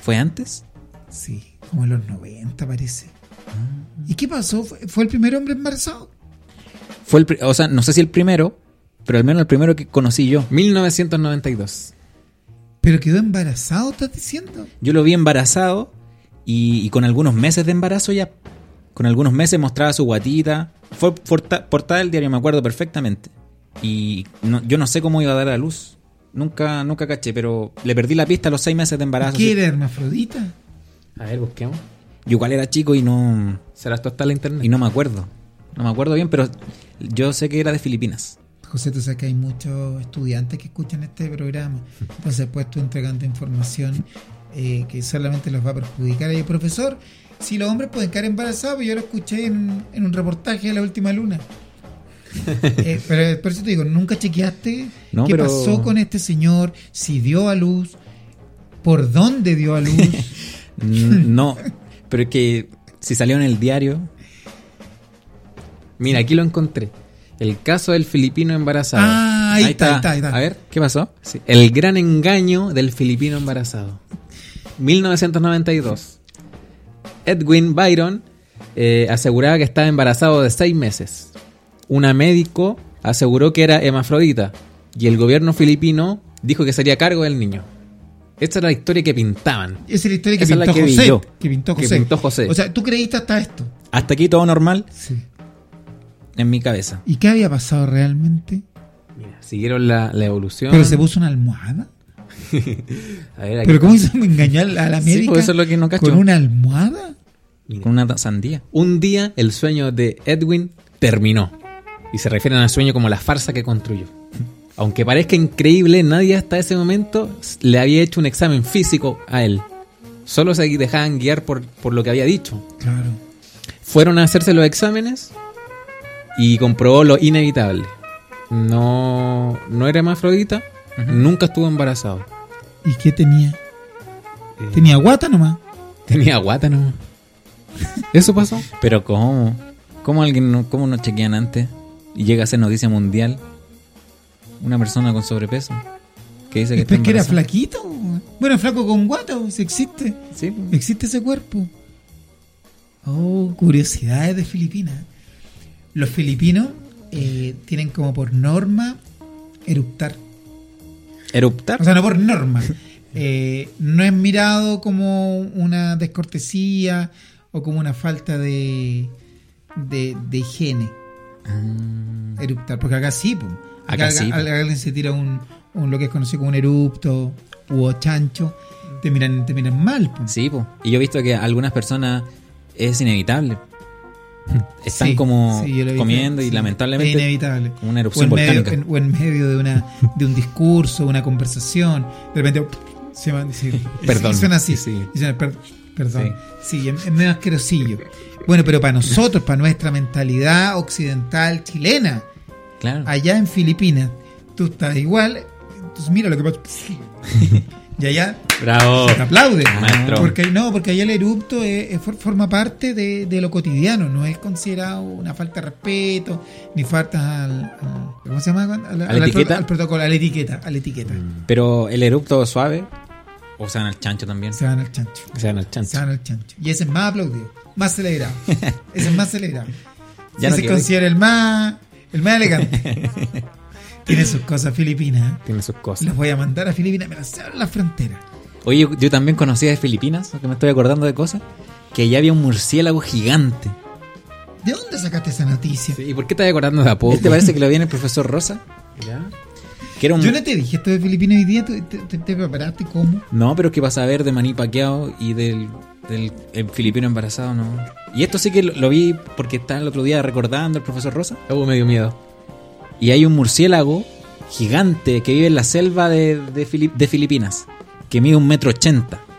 [SPEAKER 6] ¿Fue antes?
[SPEAKER 4] Sí, como en los 90 parece. ¿Y qué pasó? ¿Fue, fue el primer hombre embarazado?
[SPEAKER 6] Fue el, pri- o sea, no sé si el primero, pero al menos el primero que conocí yo.
[SPEAKER 2] 1992.
[SPEAKER 4] ¿Pero quedó embarazado, estás diciendo?
[SPEAKER 6] Yo lo vi embarazado y, y con algunos meses de embarazo ya. Con algunos meses mostraba su guatita. Fue porta- portada del diario, me acuerdo perfectamente. Y no- yo no sé cómo iba a dar a luz. Nunca, nunca caché, pero le perdí la pista a los seis meses de embarazo.
[SPEAKER 4] ¿Qué
[SPEAKER 6] sí.
[SPEAKER 4] era, hermafrodita?
[SPEAKER 2] A ver, busquemos.
[SPEAKER 6] Yo igual era chico y no.
[SPEAKER 2] Será esto hasta la internet.
[SPEAKER 6] Y no me acuerdo. No me acuerdo bien, pero yo sé que era de Filipinas.
[SPEAKER 4] José, tú sabes que hay muchos estudiantes que escuchan este programa. Entonces, pues tú entregando información eh, que solamente los va a perjudicar. Y el profesor, si los hombres pueden quedar embarazados, pues yo lo escuché en, en un reportaje de la última luna. Eh, pero por eso te digo, nunca chequeaste
[SPEAKER 6] No,
[SPEAKER 4] qué
[SPEAKER 6] pero-
[SPEAKER 4] pasó con este señor, si dio a luz, por dónde dio a luz.
[SPEAKER 6] N- No, pero es que si salió en el diario.
[SPEAKER 2] Mira, aquí lo encontré. El caso del filipino embarazado.
[SPEAKER 4] Ah, ahí está, ahí está, ahí está.
[SPEAKER 2] A ver, ¿qué pasó? Sí. El gran engaño del filipino embarazado. 1992. Edwin Byron eh, aseguraba que estaba embarazado de seis meses. Una médico aseguró que era hemafrodita. Y el gobierno filipino dijo que sería a cargo del niño. Esta era la historia que pintaban.
[SPEAKER 4] Esa es la historia que,
[SPEAKER 2] Esa es la
[SPEAKER 4] pintó,
[SPEAKER 2] que vi
[SPEAKER 4] José,
[SPEAKER 2] yo.
[SPEAKER 4] que pintó
[SPEAKER 2] Que
[SPEAKER 4] José.
[SPEAKER 2] pintó José.
[SPEAKER 4] O sea, tú creíste hasta esto.
[SPEAKER 6] Hasta aquí todo normal.
[SPEAKER 4] Sí.
[SPEAKER 6] En mi cabeza.
[SPEAKER 4] ¿Y qué había pasado realmente?
[SPEAKER 2] Siguieron la, la evolución.
[SPEAKER 4] Pero se puso una almohada.
[SPEAKER 2] A ver, aquí
[SPEAKER 4] Pero ¿cómo
[SPEAKER 2] está.
[SPEAKER 4] hizo engañar a la
[SPEAKER 2] Sí,
[SPEAKER 4] médica
[SPEAKER 2] pues eso es lo que no cacho.
[SPEAKER 4] con una almohada?
[SPEAKER 6] Con una sandía.
[SPEAKER 2] Un día el sueño de Edwin terminó. Y se refieren al sueño como la farsa que construyó. Aunque parezca increíble, nadie hasta ese momento le había hecho un examen físico a él. Solo se dejaban guiar por, por lo que había dicho.
[SPEAKER 4] Claro.
[SPEAKER 2] Fueron a hacerse los exámenes y comprobó lo inevitable. No, no era hermafrodita, nunca estuvo embarazado.
[SPEAKER 4] ¿Y qué tenía? Tenía
[SPEAKER 2] Eh,
[SPEAKER 4] guata nomás.
[SPEAKER 2] Tenía guata nomás. ¿Eso pasó?
[SPEAKER 6] Pero ¿cómo? ¿Cómo alguien no, cómo no chequean antes? Y llega a ser noticia mundial. Una persona con sobrepeso. Que dice que
[SPEAKER 4] Es
[SPEAKER 6] está
[SPEAKER 4] que era
[SPEAKER 6] embarazada.
[SPEAKER 4] flaquito. güey. Bueno, flaco con guata, güey, si existe.
[SPEAKER 6] Sí.
[SPEAKER 4] Existe ese cuerpo. Oh, curiosidades de Filipinas. Los filipinos eh, tienen como por norma eruptar.
[SPEAKER 6] Eruptar.
[SPEAKER 4] O sea, no por norma. Eh, no es mirado como una descortesía o como una falta de, de, de higiene. Eruptar, porque acá sí. po.
[SPEAKER 6] Ah. Acá
[SPEAKER 4] Acá,
[SPEAKER 6] sí, po.
[SPEAKER 4] al- alguien se tira un, un- lo que es conocido como un erupto o chancho. Te miran, te miran mal. po.
[SPEAKER 6] Sí, po. Y yo he visto que algunas personas es inevitable. Están
[SPEAKER 4] Sí,
[SPEAKER 6] como
[SPEAKER 4] sí, yo lo he visto,
[SPEAKER 6] comiendo y
[SPEAKER 4] sí.
[SPEAKER 6] lamentablemente
[SPEAKER 4] Es inevitable.
[SPEAKER 6] como una erupción
[SPEAKER 4] o en medio-
[SPEAKER 6] volcánica.
[SPEAKER 4] en- o en medio de, una, de un discurso, una conversación. De repente se van a decir.
[SPEAKER 2] Perdón.
[SPEAKER 4] Suena así.
[SPEAKER 2] Sí.
[SPEAKER 4] Y suena, per- perdón. Sí, es es medio asquerosillo. Bueno, pero para nosotros, para nuestra mentalidad occidental chilena,
[SPEAKER 6] Claro.
[SPEAKER 4] allá en Filipinas, tú estás igual. Entonces, mira lo que pasa. Y allá
[SPEAKER 2] Bravo.
[SPEAKER 4] se te aplaude.
[SPEAKER 2] Maestro.
[SPEAKER 4] Porque, no, porque allá el erupto es- es for- forma parte de, de lo cotidiano, no es considerado una falta de respeto, ni faltas al, al- ¿Cómo se llama? Al, al-
[SPEAKER 6] ¿A la
[SPEAKER 4] al-
[SPEAKER 6] etiqueta? Mm.
[SPEAKER 4] al protocolo, a la etiqueta. A la etiqueta.
[SPEAKER 6] Pero el eructo suave. O se van al chancho también. Se
[SPEAKER 4] van al chancho.
[SPEAKER 6] Se van al chancho.
[SPEAKER 4] Se van al chancho. Y ese es más aplaudido, más celebrado. ese es más celebrado.
[SPEAKER 6] Ya
[SPEAKER 4] Ese
[SPEAKER 6] no
[SPEAKER 4] se
[SPEAKER 6] quiero-
[SPEAKER 4] considera el más, el más elegante. Tiene sus cosas filipinas. ¿eh?
[SPEAKER 6] Tiene sus cosas.
[SPEAKER 4] Las voy a mandar a Filipinas, me las abren la frontera.
[SPEAKER 6] Oye, yo- yo también conocía de Filipinas, que me estoy acordando de cosas, que allá había un murciélago gigante.
[SPEAKER 4] ¿De dónde sacaste esa noticia?
[SPEAKER 6] ¿Y por qué estás acordando de Apopo? ¿Te parece que lo viene el profesor Rosa? Que era un...
[SPEAKER 4] Yo no te dije esto de Filipinas hoy día, tú- te, te- te preparaste cómo.
[SPEAKER 6] No, pero es que vas a ver de Maní Paqueado y del, del
[SPEAKER 2] eh,
[SPEAKER 6] el filipino embarazado, ¿no? Y esto sí que lo, lo vi porque estaba el otro día recordando el profesor Rosa.
[SPEAKER 2] Hubo medio Uh, miedo.
[SPEAKER 6] Y hay un murciélago gigante que vive en la selva de, de, Filip- de Filipinas, que mide un metro ochenta.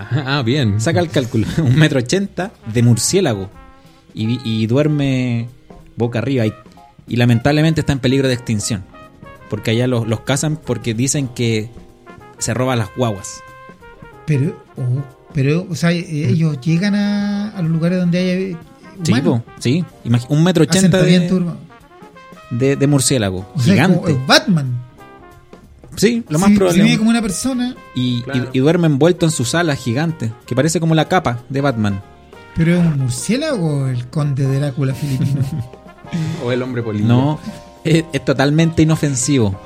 [SPEAKER 2] Ah, bien.
[SPEAKER 6] Saca el cálculo, un metro ochenta de murciélago. Y, vi- y duerme boca arriba. Y, y lamentablemente está en peligro de extinción. Porque allá los, los cazan porque dicen que se roba las guaguas.
[SPEAKER 4] Pero, oh, pero o sea, eh, ellos llegan a, a los lugares donde hay eh,
[SPEAKER 6] Mm. Sí,
[SPEAKER 4] humanos.
[SPEAKER 6] po, sí. Imagi- un metro ochenta
[SPEAKER 4] Asentamiento
[SPEAKER 6] de,
[SPEAKER 4] urbano. Oh,
[SPEAKER 6] de, de murciélago.
[SPEAKER 4] O sea, como
[SPEAKER 6] Gigante.
[SPEAKER 4] el Batman.
[SPEAKER 6] Sí, lo
[SPEAKER 4] Si-
[SPEAKER 6] más
[SPEAKER 4] Si vive
[SPEAKER 6] probable.
[SPEAKER 4] como una persona,
[SPEAKER 6] Y, y- y duerme envuelto en sus alas gigantes, que parece como la capa de Batman.
[SPEAKER 4] pero es un murciélago el conde de Drácula filipino.
[SPEAKER 2] O el hombre político.
[SPEAKER 6] No, es, es totalmente inofensivo.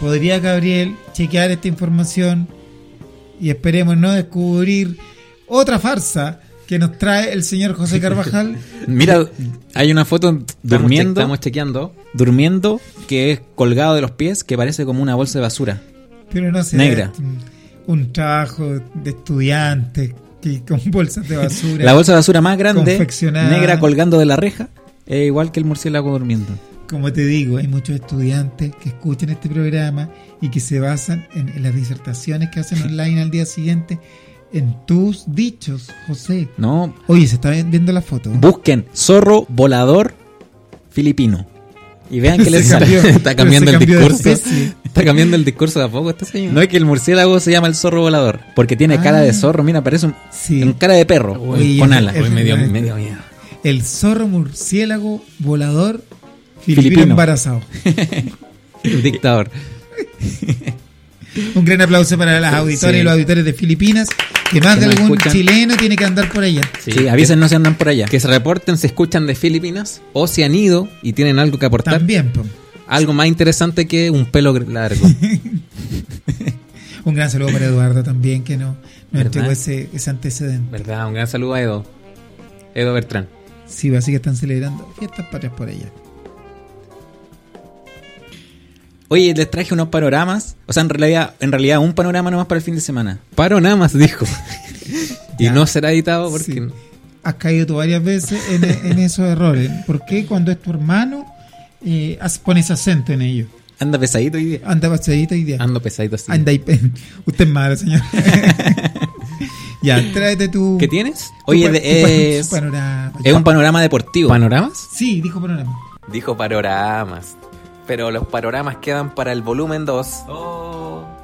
[SPEAKER 4] Podría Gabriel chequear esta información y esperemos no descubrir otra farsa que nos trae el señor José Carvajal.
[SPEAKER 6] Mira, hay una foto durmiendo,
[SPEAKER 2] Estamos chequeando.
[SPEAKER 6] durmiendo que es colgado de los pies, que parece como una bolsa de basura.
[SPEAKER 4] Pero no sé. mm,
[SPEAKER 6] Negra.
[SPEAKER 4] Un trabajo de estudiante que con bolsas de basura.
[SPEAKER 6] La bolsa de basura más grande,
[SPEAKER 4] Confeccionada.
[SPEAKER 6] negra colgando de la reja, es igual que el murciélago durmiendo.
[SPEAKER 4] Como te digo, hay muchos estudiantes que escuchan este programa y que se basan en, en las disertaciones que hacen online al día siguiente en tus dichos, José.
[SPEAKER 6] No,
[SPEAKER 4] Oye, se está viendo la foto.
[SPEAKER 6] busquen zorro volador filipino. Y vean que
[SPEAKER 4] Se
[SPEAKER 6] les sale.
[SPEAKER 4] cambió.
[SPEAKER 6] Está cambiando
[SPEAKER 4] Se
[SPEAKER 6] el
[SPEAKER 4] cambió de
[SPEAKER 6] discurso.
[SPEAKER 4] especie.
[SPEAKER 6] Está cambiando el discurso de a poco este señor. No es que el murciélago se llama el zorro volador, porque tiene
[SPEAKER 4] Ah.
[SPEAKER 6] cara de zorro, mira, parece un, un cara de perro
[SPEAKER 4] Oye,
[SPEAKER 6] con alas.
[SPEAKER 4] efectivamente.
[SPEAKER 6] miedo.
[SPEAKER 4] El zorro murciélago volador filipino,
[SPEAKER 6] Filipino.
[SPEAKER 4] embarazado.
[SPEAKER 6] Dictador.
[SPEAKER 4] Un gran aplauso para las auditoras
[SPEAKER 6] Sí.
[SPEAKER 4] y los auditores de Filipinas, que más
[SPEAKER 2] Que
[SPEAKER 4] de
[SPEAKER 2] nos
[SPEAKER 4] algún
[SPEAKER 2] escuchan.
[SPEAKER 4] chileno tiene que andar por allá.
[SPEAKER 6] Sí, avísennos si andan por allá.
[SPEAKER 2] Que se reporten si escuchan de Filipinas o si han ido y tienen algo que aportar.
[SPEAKER 4] También, po.
[SPEAKER 2] Algo más interesante que un pelo gr- largo.
[SPEAKER 4] Un gran saludo para Eduardo también, que no, no
[SPEAKER 2] ¿Verdad?
[SPEAKER 4] entregó ese, ese antecedente.
[SPEAKER 2] ¿Verdad? Un gran saludo a Edo. Edo Bertrán.
[SPEAKER 4] Sí, pues, así que están celebrando fiestas patrias por allá.
[SPEAKER 6] Oye, les traje unos panoramas, o sea, en realidad, en realidad un panorama nomás para el fin de semana.
[SPEAKER 2] Paro nada más, dijo. y no será
[SPEAKER 6] Oh,
[SPEAKER 2] editado porque...
[SPEAKER 4] Sí. Has caído tú varias veces en, en esos errores. ¿Por qué cuando es tu hermano eh, has- pones acento en ello?
[SPEAKER 6] Anda pesadito hoy día.
[SPEAKER 4] Anda pasadita y día.
[SPEAKER 2] Ando pesadito así.
[SPEAKER 4] Anda y pe- Usted es malo, señor. ya, tráete tu.
[SPEAKER 2] ¿Qué tienes?
[SPEAKER 4] tu
[SPEAKER 6] Oye,
[SPEAKER 4] pa-
[SPEAKER 6] de-
[SPEAKER 4] tu pa- tu
[SPEAKER 6] es,
[SPEAKER 4] panorama.
[SPEAKER 6] es un panorama deportivo.
[SPEAKER 2] ¿Panoramas?
[SPEAKER 4] Sí, dijo panorama.
[SPEAKER 2] Dijo panoramas. Pero los panoramas quedan para el volumen 2.